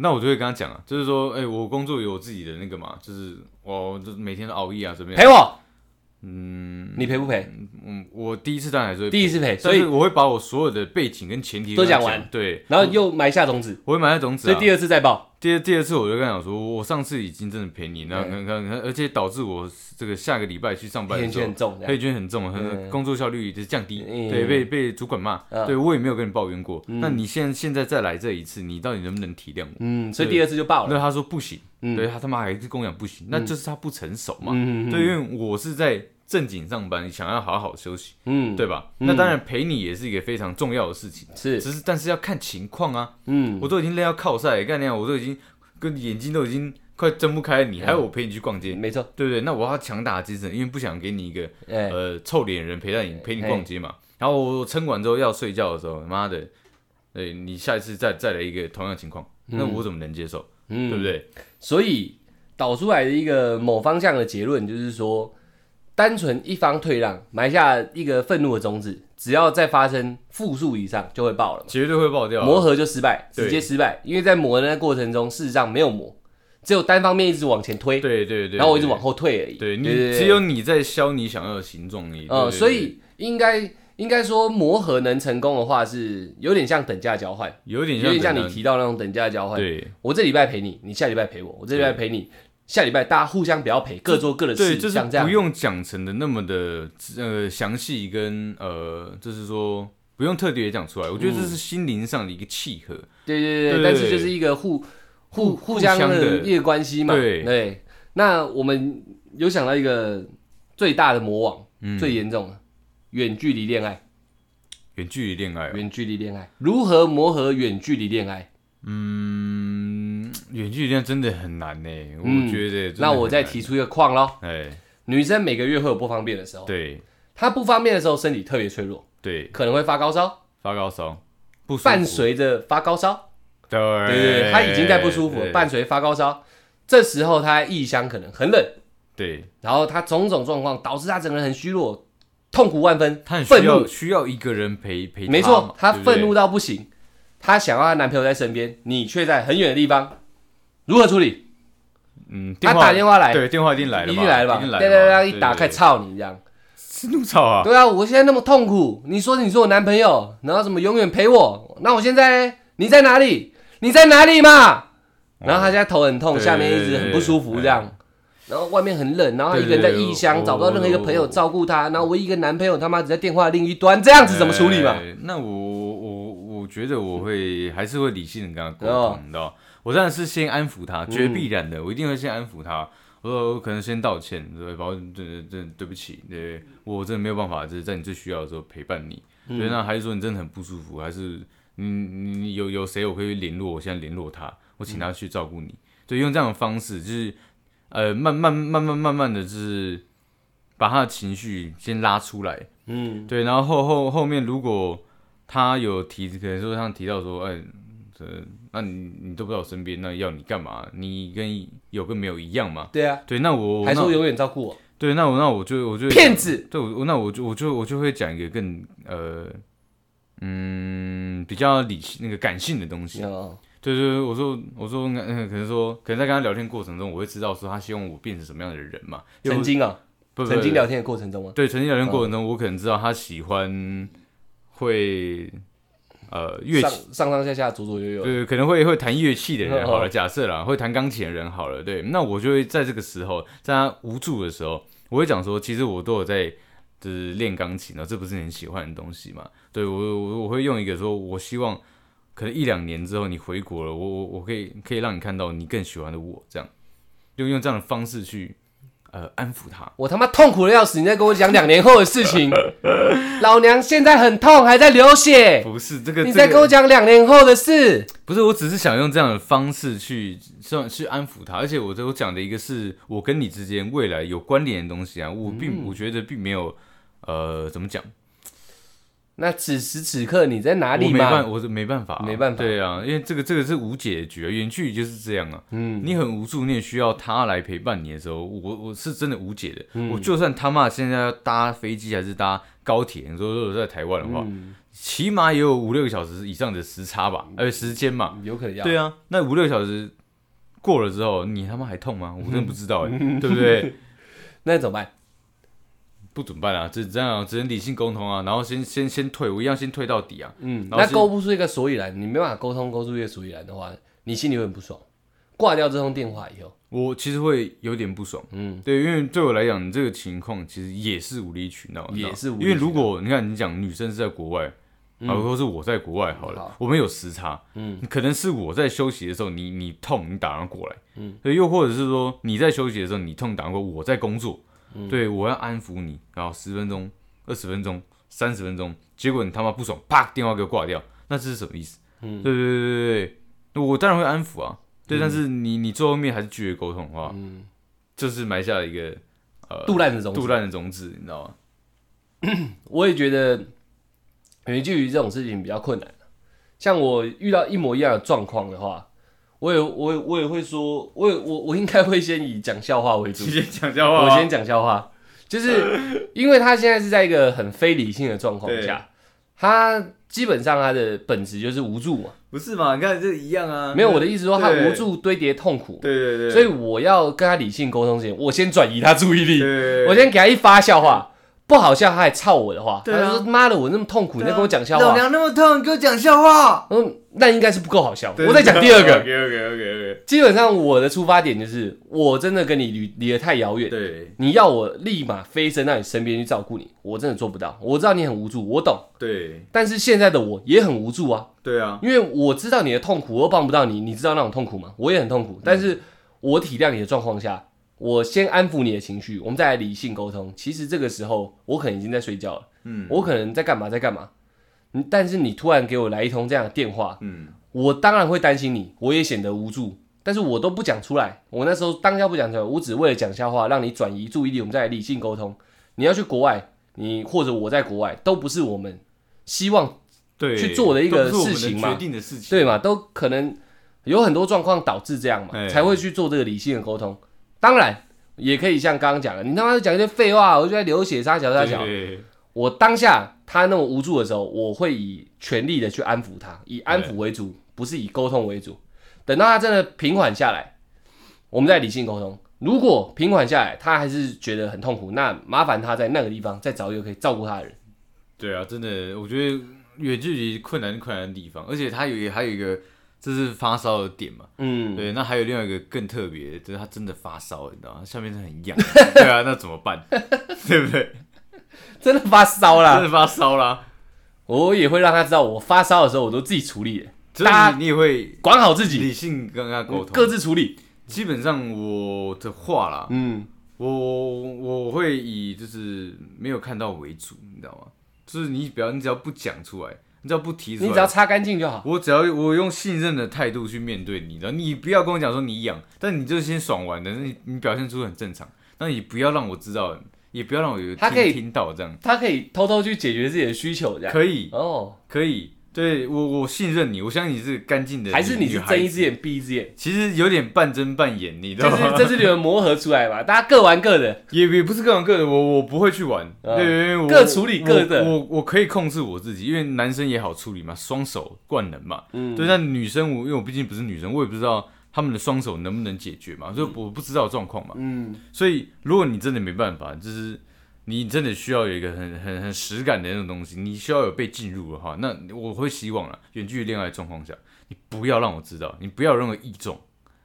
S2: 那我就会跟他讲啊，就是说哎、我工作有我自己的那个嘛，就是我就是每天都熬夜啊，怎么样？
S1: 陪我。嗯，你陪不陪？
S2: 嗯，我第一次当然还是会
S1: 第一次
S2: 次，
S1: 陪，
S2: 所
S1: 所
S2: 以
S1: 以
S2: 我会把我所有的背景跟前提
S1: 都
S2: 跟他
S1: 讲完
S2: 对，
S1: 然后又埋下种子，
S2: 我会买那种子、
S1: 所
S2: 啊。
S1: 以第二次再报。
S2: 第二第二次我就跟他讲说，我上次已经真的陪你，那
S1: 对
S2: 看看，看而且导致我这个下个礼拜去上班
S1: 黑
S2: 的时
S1: 圈
S2: 候
S1: 很，重，这
S2: 黑
S1: 样
S2: 圈很重，
S1: 嗯
S2: 很工作效率就是降低，
S1: 嗯
S2: 对，被被主管骂，
S1: 嗯
S2: 对我也没有跟你抱怨过。那你现现在再来这一次，你到底能不能体谅我？
S1: 嗯，所以第二次就报了。
S2: 那他说不行，对他他妈还是跟我讲不行，那就是他不成熟嘛，
S1: 嗯
S2: 对，因为我是在正经上班，想要好好休息，
S1: 嗯，
S2: 对吧？那当然陪你也是一个非常重要的事情，
S1: 是，
S2: 只是但是要看情况啊，
S1: 嗯，
S2: 我都已经累到靠晒，干那啊样我都已经跟眼睛都已经快睁不开了，
S1: 嗯
S2: 你还要我陪你去逛街，
S1: 没错，
S2: 对不对？那我要强打精神，因为不想给你一个
S1: 哎，
S2: 呃臭脸人陪在你陪你逛街嘛。然后我撑完之后要睡觉的时候，妈的，对你下一次再再来一个同样情况，那我怎么能接受？对不
S1: 嗯，
S2: 对？
S1: 所以导出来的一个某方向的结论就是说，单纯一方退让，埋下一个愤怒的种子，只要再发生复数以上，就会爆了嘛。
S2: 绝对会爆掉啊。
S1: 磨合就失败，
S2: 对
S1: 直接失败，因为在磨的那过程中，事实上没有磨，只有单方面一直往前推，
S2: 对对对，
S1: 然后我一直
S2: 对
S1: 往后退而已。
S2: 对你
S1: 对对
S2: 只有你在消你想要的形状而已。
S1: 呃，
S2: 对
S1: 所以应该应该说磨合能成功的话，是有点像等价交换，
S2: 有点
S1: 有点像
S2: 等
S1: 你
S2: 等
S1: 提到那种等价交换。
S2: 对
S1: 我这礼拜陪你，你下礼拜陪我，我这礼拜陪你，下礼拜大家互相不要陪，各做各的
S2: 对，
S1: 事，
S2: 就是
S1: 像这样
S2: 不。用讲成的那么的呃详细跟呃，就是说不用特别讲出来。我觉得这
S1: 嗯
S2: 是心灵上的一个契合。
S1: 对对
S2: 对
S1: 对，但是就是一个互互互相
S2: 互相
S1: 的
S2: 的
S1: 一个关系嘛。
S2: 对
S1: 对，那我们有想到一个最大的魔王，
S2: 嗯
S1: 最严重的远距离恋爱，
S2: 远距离恋爱哦、
S1: 远距离恋爱如何磨合远距离恋爱？
S2: 嗯，远距离恋爱真的很难呢、
S1: 嗯
S2: 我觉得真的很
S1: 那
S2: 难。
S1: 我再提出一个框咯，
S2: 哎，
S1: 女生每个月会有不方便的时候，
S2: 对
S1: 她不方便的时候身体特别脆弱，
S2: 对，
S1: 可能会发高烧，
S2: 发高烧不舒服
S1: 伴随着发高烧。
S2: 对
S1: 对对对，他已经在不舒服了，
S2: 哎对
S1: 伴随发高烧，这时候他异乡可能很冷，
S2: 对
S1: 然后他种种状况导致他整个人很虚弱，痛苦万分
S2: 他很，
S1: 愤
S2: 需要
S1: 怒，
S2: 需要一个人陪陪他嘛，嗯
S1: 没错，他
S2: 对不对
S1: 愤怒到不行，他想要他男朋友在身边，你却在很远的地方，如何处理？
S2: 嗯，
S1: 他打电话来
S2: 对，电话一定来了
S1: 一
S2: 嘛，
S1: 定来了吧？
S2: 一定
S1: 对
S2: 来
S1: 对
S2: 了嘛
S1: 对，一打开，操你这样，
S2: 是怒吵啊，
S1: 对啊，我现在那么痛苦，你说你是我男朋友，然后怎么永远陪我？那我现在呢你在哪里？你在哪里嘛？然后他现在头很痛，
S2: 对
S1: 下面一直很不舒服这样，然后外面很冷，然后他一个人在异
S2: 对对
S1: 乡，
S2: 对
S1: 找不到任何一个朋友
S2: 我
S1: 照顾他，然后唯一一个男朋友他妈只在电话的另一端，这样子怎么处理嘛？
S2: 哎那我我我觉得我会还是会理性的跟他沟通，你知
S1: 哦
S2: 道，我当然是先安抚
S1: 嗯
S2: 他，绝必然的，我一定会先安抚他。我我可能先道歉，对，包对对对，对不起，对我真的没有办法，就是在你最需要的时候陪伴你。
S1: 嗯
S2: 对，那还是说你真的很不舒服，还是你你你有有谁我可以联络？我现在联络他，我请他去照顾你。对，用这样的方式，就是呃，慢慢慢慢慢慢的，就是把他的情绪先拉出来，
S1: 嗯，
S2: 对，然后后后后面如果他有提，可能说像提到说，哎、这那你你都不在我身边，那要你干嘛？你跟有跟没有一样嘛？
S1: 对啊，
S2: 对，那我
S1: 还
S2: 那
S1: 说永远照顾我，
S2: 对，那我那我就我就
S1: 骗子，
S2: 对我我那我就我就我就会讲一个更呃嗯比较理性那个感性的东西。
S1: 哦
S2: 对对对，我说我说嗯、可能说可能在跟他聊天过程中，我会知道说他希望我变成什么样的人嘛？又
S1: 曾经啊，
S2: 不不
S1: 曾经
S2: 不
S1: 聊嗯天的过程中吗？
S2: 对，曾经聊天过程中，我可能知道他喜欢会呃乐
S1: 上
S2: 器，
S1: 上上下下左左右右，
S2: 对，可能会会弹乐器的人 好
S1: 哦
S2: 了，假设啦，会弹钢琴的人好了，对，那我就会在这个时候，在他无助的时候，我会讲说，其实我都有在就是练钢琴啊，这不是你很喜欢的东西嘛？对我我我会用一个说，我希望可能一两年之后你回国了，我我我可以可以让你看到你更喜欢的我，这样用用这样的方式去呃安抚他。
S1: 我他妈痛苦的要死，你在跟我讲两年后的事 情，老娘现在很痛，还在流血，
S2: 不是这个，
S1: 你
S2: 这
S1: 在
S2: 个
S1: 跟我讲两年后的事。
S2: 不是，我只是想用这样的方式去算去安抚他，而且我我讲的一个是我跟你之间未来有关联的东西啊，我
S1: 嗯
S2: 并、我觉得并没有呃怎么讲，
S1: 那此时此刻你在哪
S2: 我
S1: 里
S2: 没办
S1: 嘛？
S2: 我是没办法啊、
S1: 没办法
S2: 对啊，因为这个这个是无解决，远距离就是这样啊，嗯，你很无助，你也需要他来陪伴你的时候，我我是真的无解的，
S1: 嗯
S2: 我就算他妈现在要搭飞机还是搭高铁，你说如果在台湾的话，
S1: 嗯
S2: 起码也有五六个小时以上的时差吧，呃时间嘛，
S1: 有可能要
S2: 对啊，那五六小时过了之后，你他妈还痛吗？我真的不知 道哎、对不对？
S1: 那怎么办？
S2: 不怎么办啊？只这样啊，只能理性沟通啊，然后先先先退，我一样先退到底啊。
S1: 嗯，
S2: 然后
S1: 那
S2: 是
S1: 勾不出一个所以然，你没办法沟通，勾出一个所以然的话，你心里会很不爽。挂掉这通电话以后，
S2: 我其实会有点不爽，
S1: 嗯，
S2: 对，因为对我来讲，这个情况其实也是无理取闹，
S1: 也是无理
S2: 因为
S1: 取闹
S2: 如果你看你讲女生是在国外，啊，或是我在国外好了，
S1: 好
S2: 我们有时差，
S1: 嗯，
S2: 可能是我在休息的时候，你你痛，你打电话过来，嗯，对，又或者是说你在休息的时候，你痛打电话过来，我在工作，对我要安抚你，然后十分钟、二十分钟、三十分钟，结果你他妈不爽，啪，电话给我挂掉，那这是什么意思？嗯，对对对对对，那我当然会安抚啊，对，但是你你最后面还是拒绝沟通的话，嗯，就是埋下了一个呃
S1: 杜烂的种
S2: 杜
S1: 子，
S2: 烂的种子，你知道吗？
S1: 我也觉得远距离这种事情比较困难。像我遇到一模一样的状况的话，我也我也我也会说，我也我我应该会先以讲笑话为主
S2: 你，先讲笑话、
S1: 我先讲笑话，就是因为他现在是在一个很非理性的状况下，他基本上他的本质就是无助嘛。
S2: 不是嘛？你看这一样啊。
S1: 没有我的意思说，他
S2: 对
S1: 无助堆叠痛苦，
S2: 对对对，
S1: 所以我要跟他理性沟通之前，我先转移他注意力，
S2: 对
S1: 我先给他一发笑话，不好笑他还操我的话，
S2: 对啊
S1: 他说妈的我那么痛苦，你在跟我讲笑
S2: 老
S1: 话，
S2: 娘那么痛，你给我讲笑话。
S1: 嗯，那应该是不够好笑。我再讲第二个，
S2: OK OK OK OK。
S1: 基本上我的出发点就是，我真的跟你离离得太遥远，
S2: 对
S1: 你要我立马飞身到你身边去照顾你，我真的做不到。我知道你很无助，我懂，
S2: 对
S1: 但是现在的我也很无助啊，
S2: 对啊，
S1: 因为我知道你的痛苦，我又帮不到你，你知道那种痛苦吗？我也很痛苦，但是我体谅你的状况下，我先安抚你的情绪，我们再来理性沟通。其实这个时候我可能已经在睡觉了，
S2: 嗯
S1: 我可能在干嘛在干嘛，嗯但是你突然给我来一通这样的电话，
S2: 嗯
S1: 我当然会担心你，我也显得无助，但是我都不讲出来。我那时候当下不讲出来，我只为了讲笑话，让你转移注意力，我们再来理性沟通。你要去国外，你或者我在国外，都不是我们希望
S2: 对
S1: 去做的一个
S2: 都不是我们
S1: 事情嘛
S2: 决定的事情
S1: 对嘛？都可能有很多状况导致这样嘛，
S2: 哎
S1: 才会去做这个理性的沟通。当然，也可以像刚刚讲的，你他妈讲一堆废话，我就在流血撒小撒小。
S2: 对
S1: 我当下他那么无助的时候，我会以全力的去安抚他，以安抚为主，不是以沟通为主。等到他真的平缓下来，我们再理性沟通。如果平缓下来，他还是觉得很痛苦，那麻烦他在那个地方再找一个可以照顾他的人。
S2: 对啊，真的，我觉得远距离困难困难的地方，而且它有一还有一个，这是发烧的点嘛。
S1: 嗯，
S2: 对，那还有另外一个更特别的，就是他真的发烧了，你知道吗？下面是很痒，对啊，那怎么办？对不 对？
S1: 真的发烧
S2: 真
S1: 啦，
S2: 的发烧啦，
S1: 我也会让他知道，我发烧的时候我都自己处理，
S2: 所以
S1: 大家
S2: 你你也会
S1: 管好自己，
S2: 理性跟他沟
S1: 各
S2: 通。啊
S1: 自处理。
S2: 基本上我的话啦，
S1: 嗯，
S2: 我我会以就是没有看到为主，你知道吗？就是你只要你只要不讲出来，你只要不提出来，
S1: 你只要擦干净就好。
S2: 我只要我用信任的态度去面对你，然后你不要跟我讲说你痒，但你就先爽完的，那你你表现出很正常，那你不要让我知道，也不要让我有
S1: 他可以
S2: 听听到这样，
S1: 他可以偷偷去解决自己的需求，这样
S2: 可以
S1: 哦，
S2: 可以，对我我信任你，我相信你是干净的女，
S1: 还是你
S2: 女
S1: 是
S2: 孩
S1: 睁一
S2: 子
S1: 只，眼闭一只眼。
S2: 其实有点半真半演，你知
S1: 这
S2: 道
S1: 是
S2: 吗？
S1: 这是你们磨合出来嘛， 大家各玩各的，
S2: 也也不是各玩各的，我我不会去玩，
S1: 嗯
S2: 对，因为我
S1: 各处理各的
S2: 我我我可以控制我自己，因为男生也好处理嘛，双手惯能嘛，
S1: 嗯
S2: 对，但女生我因为我毕竟不是女生，我也不知道他们的双手能不能解决嘛，所以我不知道状况嘛，
S1: 嗯，
S2: 所以如果你真的没办法，就是你真的需要有一个很很很实感的那种东西，你需要有被进入的话，那我会希望啊，远距离恋爱的状况下，你不要让我知道，你不要有任何异状，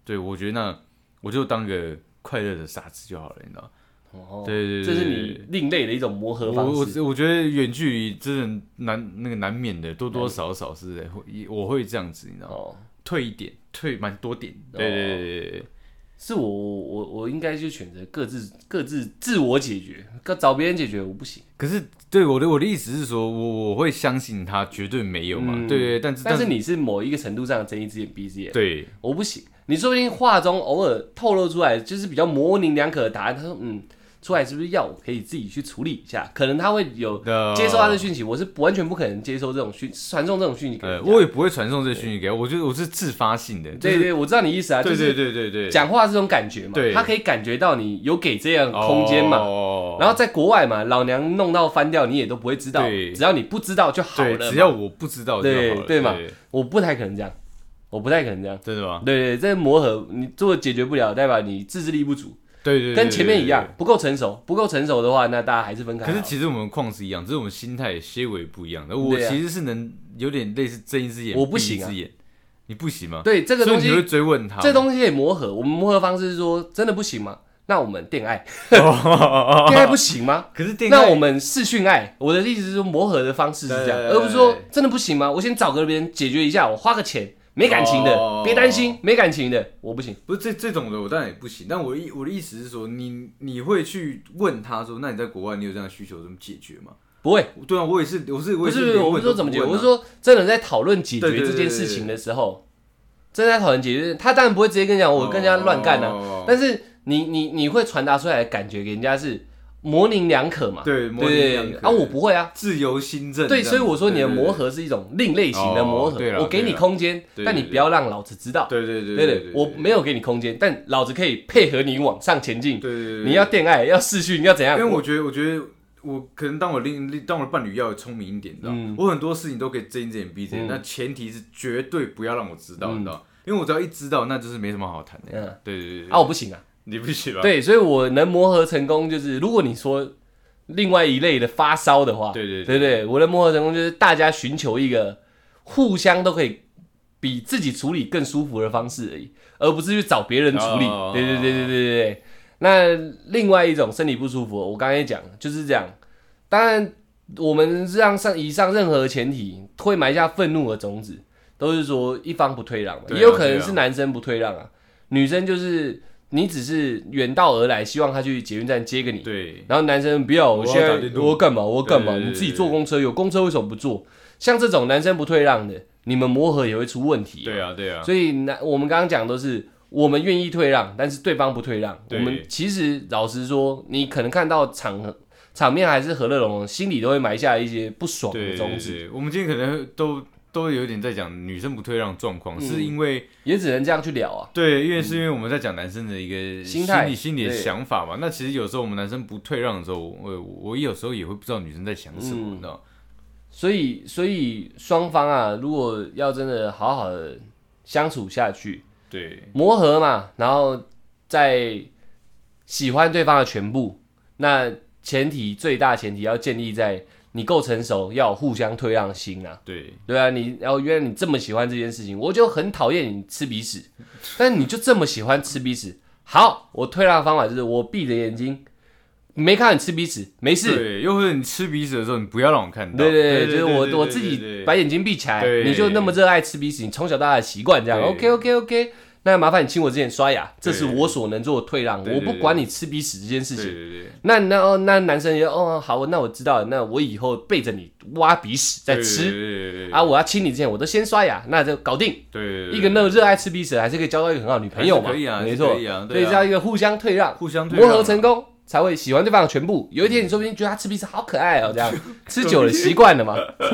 S2: 对我觉得那我就当个快乐的傻子就好了，你知道吗。
S1: 哦，
S2: 对对对，
S1: 这是
S2: 对
S1: 你另类的一种磨合
S2: 我
S1: 方
S2: 我
S1: 式。
S2: 只我觉得远距离真的难，那个难免的多多少少是会也我会这样子，你知道吗？
S1: 哦，
S2: 退一点，退蛮多点。
S1: 哦
S2: 对对对对对，
S1: 是我我我我应该就选择各自各自自我解决，各找别人解决，我不行。
S2: 可是对我的我的意思是说，我我会相信他绝对没有嘛，
S1: 嗯
S2: 对对，但是
S1: 但是你是某一个程度上的睁一只眼闭一只眼，
S2: 对
S1: 我不行。你说不定话中偶尔透露出来，就是比较模棱两可的答案。他说，嗯，出来是不是要我可以自己去处理一下？可能他会有
S2: 呃
S1: 接受他的讯息，我是完全不可能接受这种讯传送这种讯息给人
S2: 呃，
S1: 家。
S2: 我也不会传送这个讯息给他，我觉得我是自发性的，就
S1: 对
S2: 是
S1: 对，我知道你意思啊，就
S2: 对
S1: 是
S2: 对对对对，
S1: 讲话是种感觉嘛
S2: 对，
S1: 他可以感觉到你有给这样的空间嘛。
S2: 哦
S1: 然后在国外嘛，老娘弄到翻掉，你也都不会知道，
S2: 对
S1: 只要你不知道就好
S2: 对，
S1: 了嘛。
S2: 只要我不知道就好了，
S1: 对对嘛
S2: 对
S1: 我不太可能这样，我不太可能这样。
S2: 真的吗？
S1: 对对，这磨合你做解决不了，代表你自制力不足，
S2: 对对，对
S1: 跟前面一。
S2: 对对
S1: 样不够成熟。不够成熟的话，那大家还是分开好
S2: 可
S1: 了。
S2: 是其实我们况是一样，只是我们心态些微不一样的。我
S1: 对啊
S2: 其实是能有点类似睁一只眼，
S1: 我不
S2: 闭一
S1: 行啊
S2: 只眼，你不行吗？
S1: 对这个
S2: 所以
S1: 东
S2: 你会
S1: 西，
S2: 追问他吗，
S1: 这东西也磨合。我们磨合方式是说，真的不行吗？那我们恋 爱，恋爱不行吗？
S2: 可是电
S1: 那我们视讯爱，我的意思是说磨合的方式是这样，
S2: 对对对
S1: 而不是说真的不行吗？我先找个人解决一下，我花个钱，没感情
S2: 哦
S1: 的，别担心，没感情的，我不行。
S2: 不是这这种的，我当然也不行。但我意我的意思是说，你你会去问他说，那你在国外你有这样的需求怎么解决吗？
S1: 不会，
S2: 对啊，我也是，我是我
S1: 不
S2: 也
S1: 是，
S2: 连
S1: 我不
S2: 问
S1: 是说
S2: 都
S1: 怎么解决，
S2: 问啊
S1: 我是说真的在讨论解
S2: 对对
S1: 决
S2: 对
S1: 这件事情的时候，正在讨论解决，他当然不会直接跟你讲，我跟人家乱干啊，
S2: 哦
S1: 但是你你你会传达出来的感觉给人家是，模棱两可嘛。
S2: 对模棱两
S1: 对
S2: 可
S1: 啊，我不会啊。
S2: 自由新政这
S1: 对，
S2: 样子。
S1: 所以我说你的
S2: 对对
S1: 磨合是一种另类型的磨合
S2: 哦对，啦
S1: 我给你
S2: 对啦
S1: 空间，
S2: 对
S1: 但你
S2: 对
S1: 不要让老子知道。
S2: 对对对
S1: 对
S2: 对
S1: 对，我没有给你空间，但老子可以配合你往上前进。
S2: 对对对，对
S1: 你要恋爱，要试训，要怎样？
S2: 因为我觉得，我觉得我可能当我另另当我的伴侣要聪明一点，你知道，
S1: 嗯
S2: 我很多事情都可以睁一只眼闭一只眼，那前提是绝对不要让我知道，你知道，因为我只要一知道，那就是没什么好谈的。
S1: 嗯
S2: 对对对，对
S1: 啊，我不行啊。
S2: 你不行吧？
S1: 对，所以我能磨合成功，就是如果你说另外一类的发烧的话，
S2: 对对
S1: 对对，我的磨合成功就是大家寻求一个互相都可以比自己处理更舒服的方式而已，而不是去找别人处理
S2: 哦。
S1: 对对对对对对对。那另外一种身体不舒服，我刚才讲就是这样。当然，我们让上以上任何前提会埋下愤怒的种子，都是说一方不退让嘛，
S2: 对啊
S1: 也有可能
S2: 对啊
S1: 是男生不退让啊，女生就是你只是远道而来，希望他去捷运站接个你，
S2: 对
S1: 然后男生不要，我
S2: 我要
S1: 现
S2: 打
S1: 在
S2: 电动
S1: 我要干嘛？我要干嘛？
S2: 对对对
S1: 你自己坐公车，有公车为什么不坐？像这种男生不退让的，你们磨合也会出问题。
S2: 对啊对啊，
S1: 所以男我们刚刚讲都是我们愿意退让，但是对方不退让。我
S2: 对
S1: 们其实老实说，你可能看到场合场面还是和乐融融，心里都会埋下一些不爽
S2: 对
S1: 的
S2: 对
S1: 种
S2: 对
S1: 子，
S2: 对，我们今天可能都都有点在讲女生不退让状
S1: 嗯
S2: 况，是因为。
S1: 也只能这样去聊啊。
S2: 对，因为是因为我们在讲男生的一个
S1: 嗯心态
S2: 理、心理的
S1: 对
S2: 想法嘛。那其实有时候我们男生不退让的时候，我我有时候也会不知道女生在想什
S1: 嗯
S2: 么，你知道吗？
S1: 所以，所以双方啊，如果要真的好好的相处下去，
S2: 对
S1: 磨合嘛，然后再喜欢对方的全部。那前提最大前提要建立在你够成熟，要有互相退让心啊。
S2: 对
S1: 对啊，你然后原来你这么喜欢这件事情，我就很讨厌你吃鼻屎，但你就这么喜欢吃鼻屎。好，我退让的方法就是我闭着眼睛，没看到你吃鼻屎，没事。
S2: 对，又或者你吃鼻屎的时候，你不要让我看到。
S1: 对对
S2: 对
S1: 对，就是我我自己把眼睛闭起来，
S2: 对
S1: 你就那么热爱吃鼻屎，你从小到大的习惯这样。
S2: 对
S1: OK OK OK，那麻烦你请我之前刷牙，这
S2: 对
S1: 是我所能做的退让，
S2: 对
S1: 我
S2: 对对
S1: 不管你吃鼻屎这件事
S2: 对
S1: 情。
S2: 对对
S1: 那那哦，那男生也哦好，那我知道了，那我以后背着你挖鼻屎再吃
S2: 吃
S1: 啊，我要亲你之前我都先刷牙，那就搞定。
S2: 对
S1: 一个那么热爱吃鼻屎，还是可以交到一个很好的女朋友嘛？
S2: 还是可以啊
S1: 没错，
S2: 还是可以啊
S1: 所
S2: 对啊
S1: 以是要一个互相退让，
S2: 互相退
S1: 磨
S2: 让
S1: 合成功，才会喜欢对方的全部。有一天你说不定觉得他吃鼻屎好可爱哦，这 样吃久了习惯了嘛，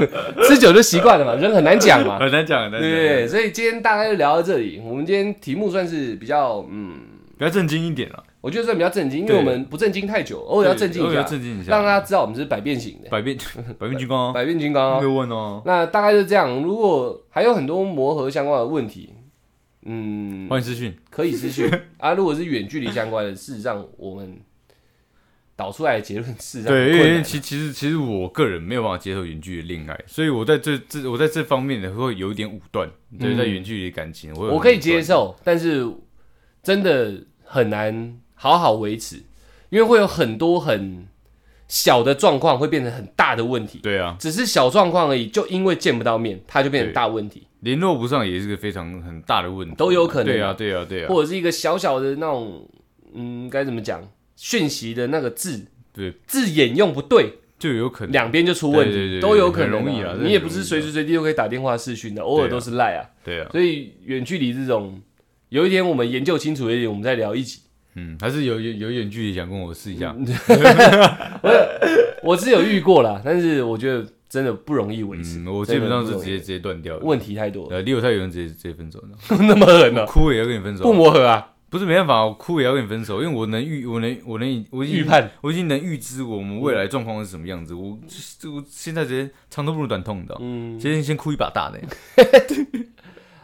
S1: 吃久就习惯了嘛，人很难讲嘛，
S2: 很难讲，很难
S1: 对
S2: 讲
S1: 不对？所以今天大概就聊到这里。我们今天题目算是比较，嗯，
S2: 比较震惊一点了，
S1: 我觉得算比较震惊，因为
S2: 对
S1: 我们不震惊太久，偶尔要震惊一
S2: 对偶
S1: 下，
S2: 尔要震惊一下
S1: 让大家知道我们是百变型的，
S2: 百 变百变金刚哦，
S1: 百变金刚哦
S2: 没。有问哦，
S1: 那大概就这样。如果还有很多磨合相关的问题，嗯，
S2: 欢迎私讯。
S1: 可以失 去啊。如果是远距离相关的，事实上我们导出来的结论事实上
S2: 对，
S1: 很
S2: 因
S1: 困
S2: 为
S1: 难
S2: 其其实其实我个人没有办法接受远距离恋爱，所以我在这这我在这方面呢会有一点武断，对，
S1: 嗯
S2: 在远距离感情我会有
S1: 我可以
S2: 很武断
S1: 接，受，但是真的很难好好维持，因为会有很多很小的状况会变成很大的问题。
S2: 对啊，
S1: 只是小状况而已，就因为见不到面，它就变成
S2: 对
S1: 大问题，
S2: 联络不上也是个非常很大的问题，
S1: 都有可能
S2: 对啊，对啊，对啊，
S1: 或者是一个小小的那种，嗯，该怎么讲？讯息的那个字
S2: 对，
S1: 字眼用不对，
S2: 就有可能
S1: 两边就出问题，
S2: 对对对
S1: 都有可能、
S2: 很容易啊
S1: 你也不是随时随地都可以打电话视讯的，偶尔都是赖啊。
S2: 对啊，
S1: 所以远距离这种，有一天我们研究清楚一点，我们再聊一 集。
S2: 嗯，还是有有有远距离想跟我试一下，
S1: 嗯我是有遇过啦，但是我觉得真的不容易维持。
S2: 嗯，我基
S1: 真的
S2: 本上是
S1: 不
S2: 直
S1: 容易
S2: 接直接断掉了，
S1: 问题太多了，
S2: 呃，离我太远直接直接分手了，
S1: 那么狠 呢、
S2: 哭也要跟你分手
S1: 不，磨合啊，
S2: 不是没办法，我哦哭也要跟你分手，因为我能预，我能，我能，我已经
S1: 预判，
S2: 我已经能预知我们未来状况是什么样子。我这我现在直接长痛不如短痛的，嗯，先先哭一把 大的。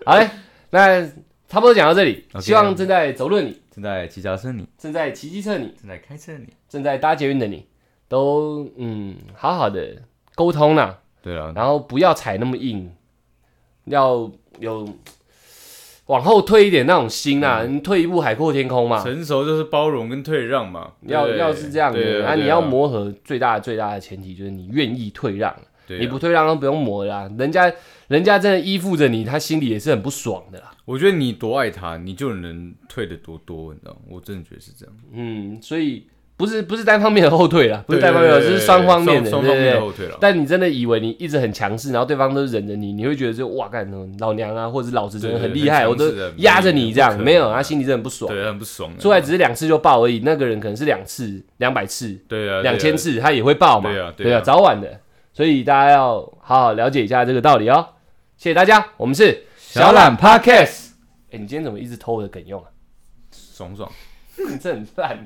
S1: 好嘞，那差不多讲到这里
S2: OK
S1: 希望正在走路的你，
S2: 正在骑脚车你，
S1: 正在骑机车的你，
S2: 正在开车你。
S1: 正在搭捷运的你，都嗯好好的沟通啦、
S2: 对啊，
S1: 然后不要踩那么硬，要有往后退一点那种心啊，你退一步海阔天空嘛。
S2: 成熟嗯就是包容跟退让嘛。
S1: 啊要
S2: 对不对
S1: 要是这样
S2: 对
S1: 的，
S2: 啊，
S1: 那
S2: 对
S1: 你要，磨合，最大最大的前提就是你愿意退让，
S2: 对啊
S1: 你不退让都不用磨了啦。人家人家真的依附着你，他心里也是很不爽的啦。
S2: 我觉得你多爱他，你就能退的多多，你知道吗？我真的觉得是这样。
S1: 嗯，所以不是不是单方面的后退啦，不是
S2: 对
S1: 单方面的，
S2: 对对
S1: 这是
S2: 对
S1: 双方面的，
S2: 双
S1: 对
S2: 方
S1: 不
S2: 面
S1: 对
S2: 的后退了。
S1: 但你真的以为你一直很强势，然后对方都忍着你，你会觉得就哇干，老娘啊，或者是老子真的
S2: 对对
S1: 很厉害，
S2: 很
S1: 我都
S2: 强势的
S1: 压着你这样，
S2: 不可能
S1: 没有，他啊心里真的很不爽。
S2: 对，很不爽啊。
S1: 出来只是两次就爆而已，那个人可能是两次、两百次、
S2: 对啊，对啊
S1: 两千次，他也会爆嘛，
S2: 对啊对啊
S1: 对啊，早晚的。所以大家要好好了解一下这个道理哦。谢谢大家，我们是
S2: 小懒
S1: Podcast。哎，你今天怎么一直偷我的梗用啊？
S2: 爽爽。
S1: 你这很烂。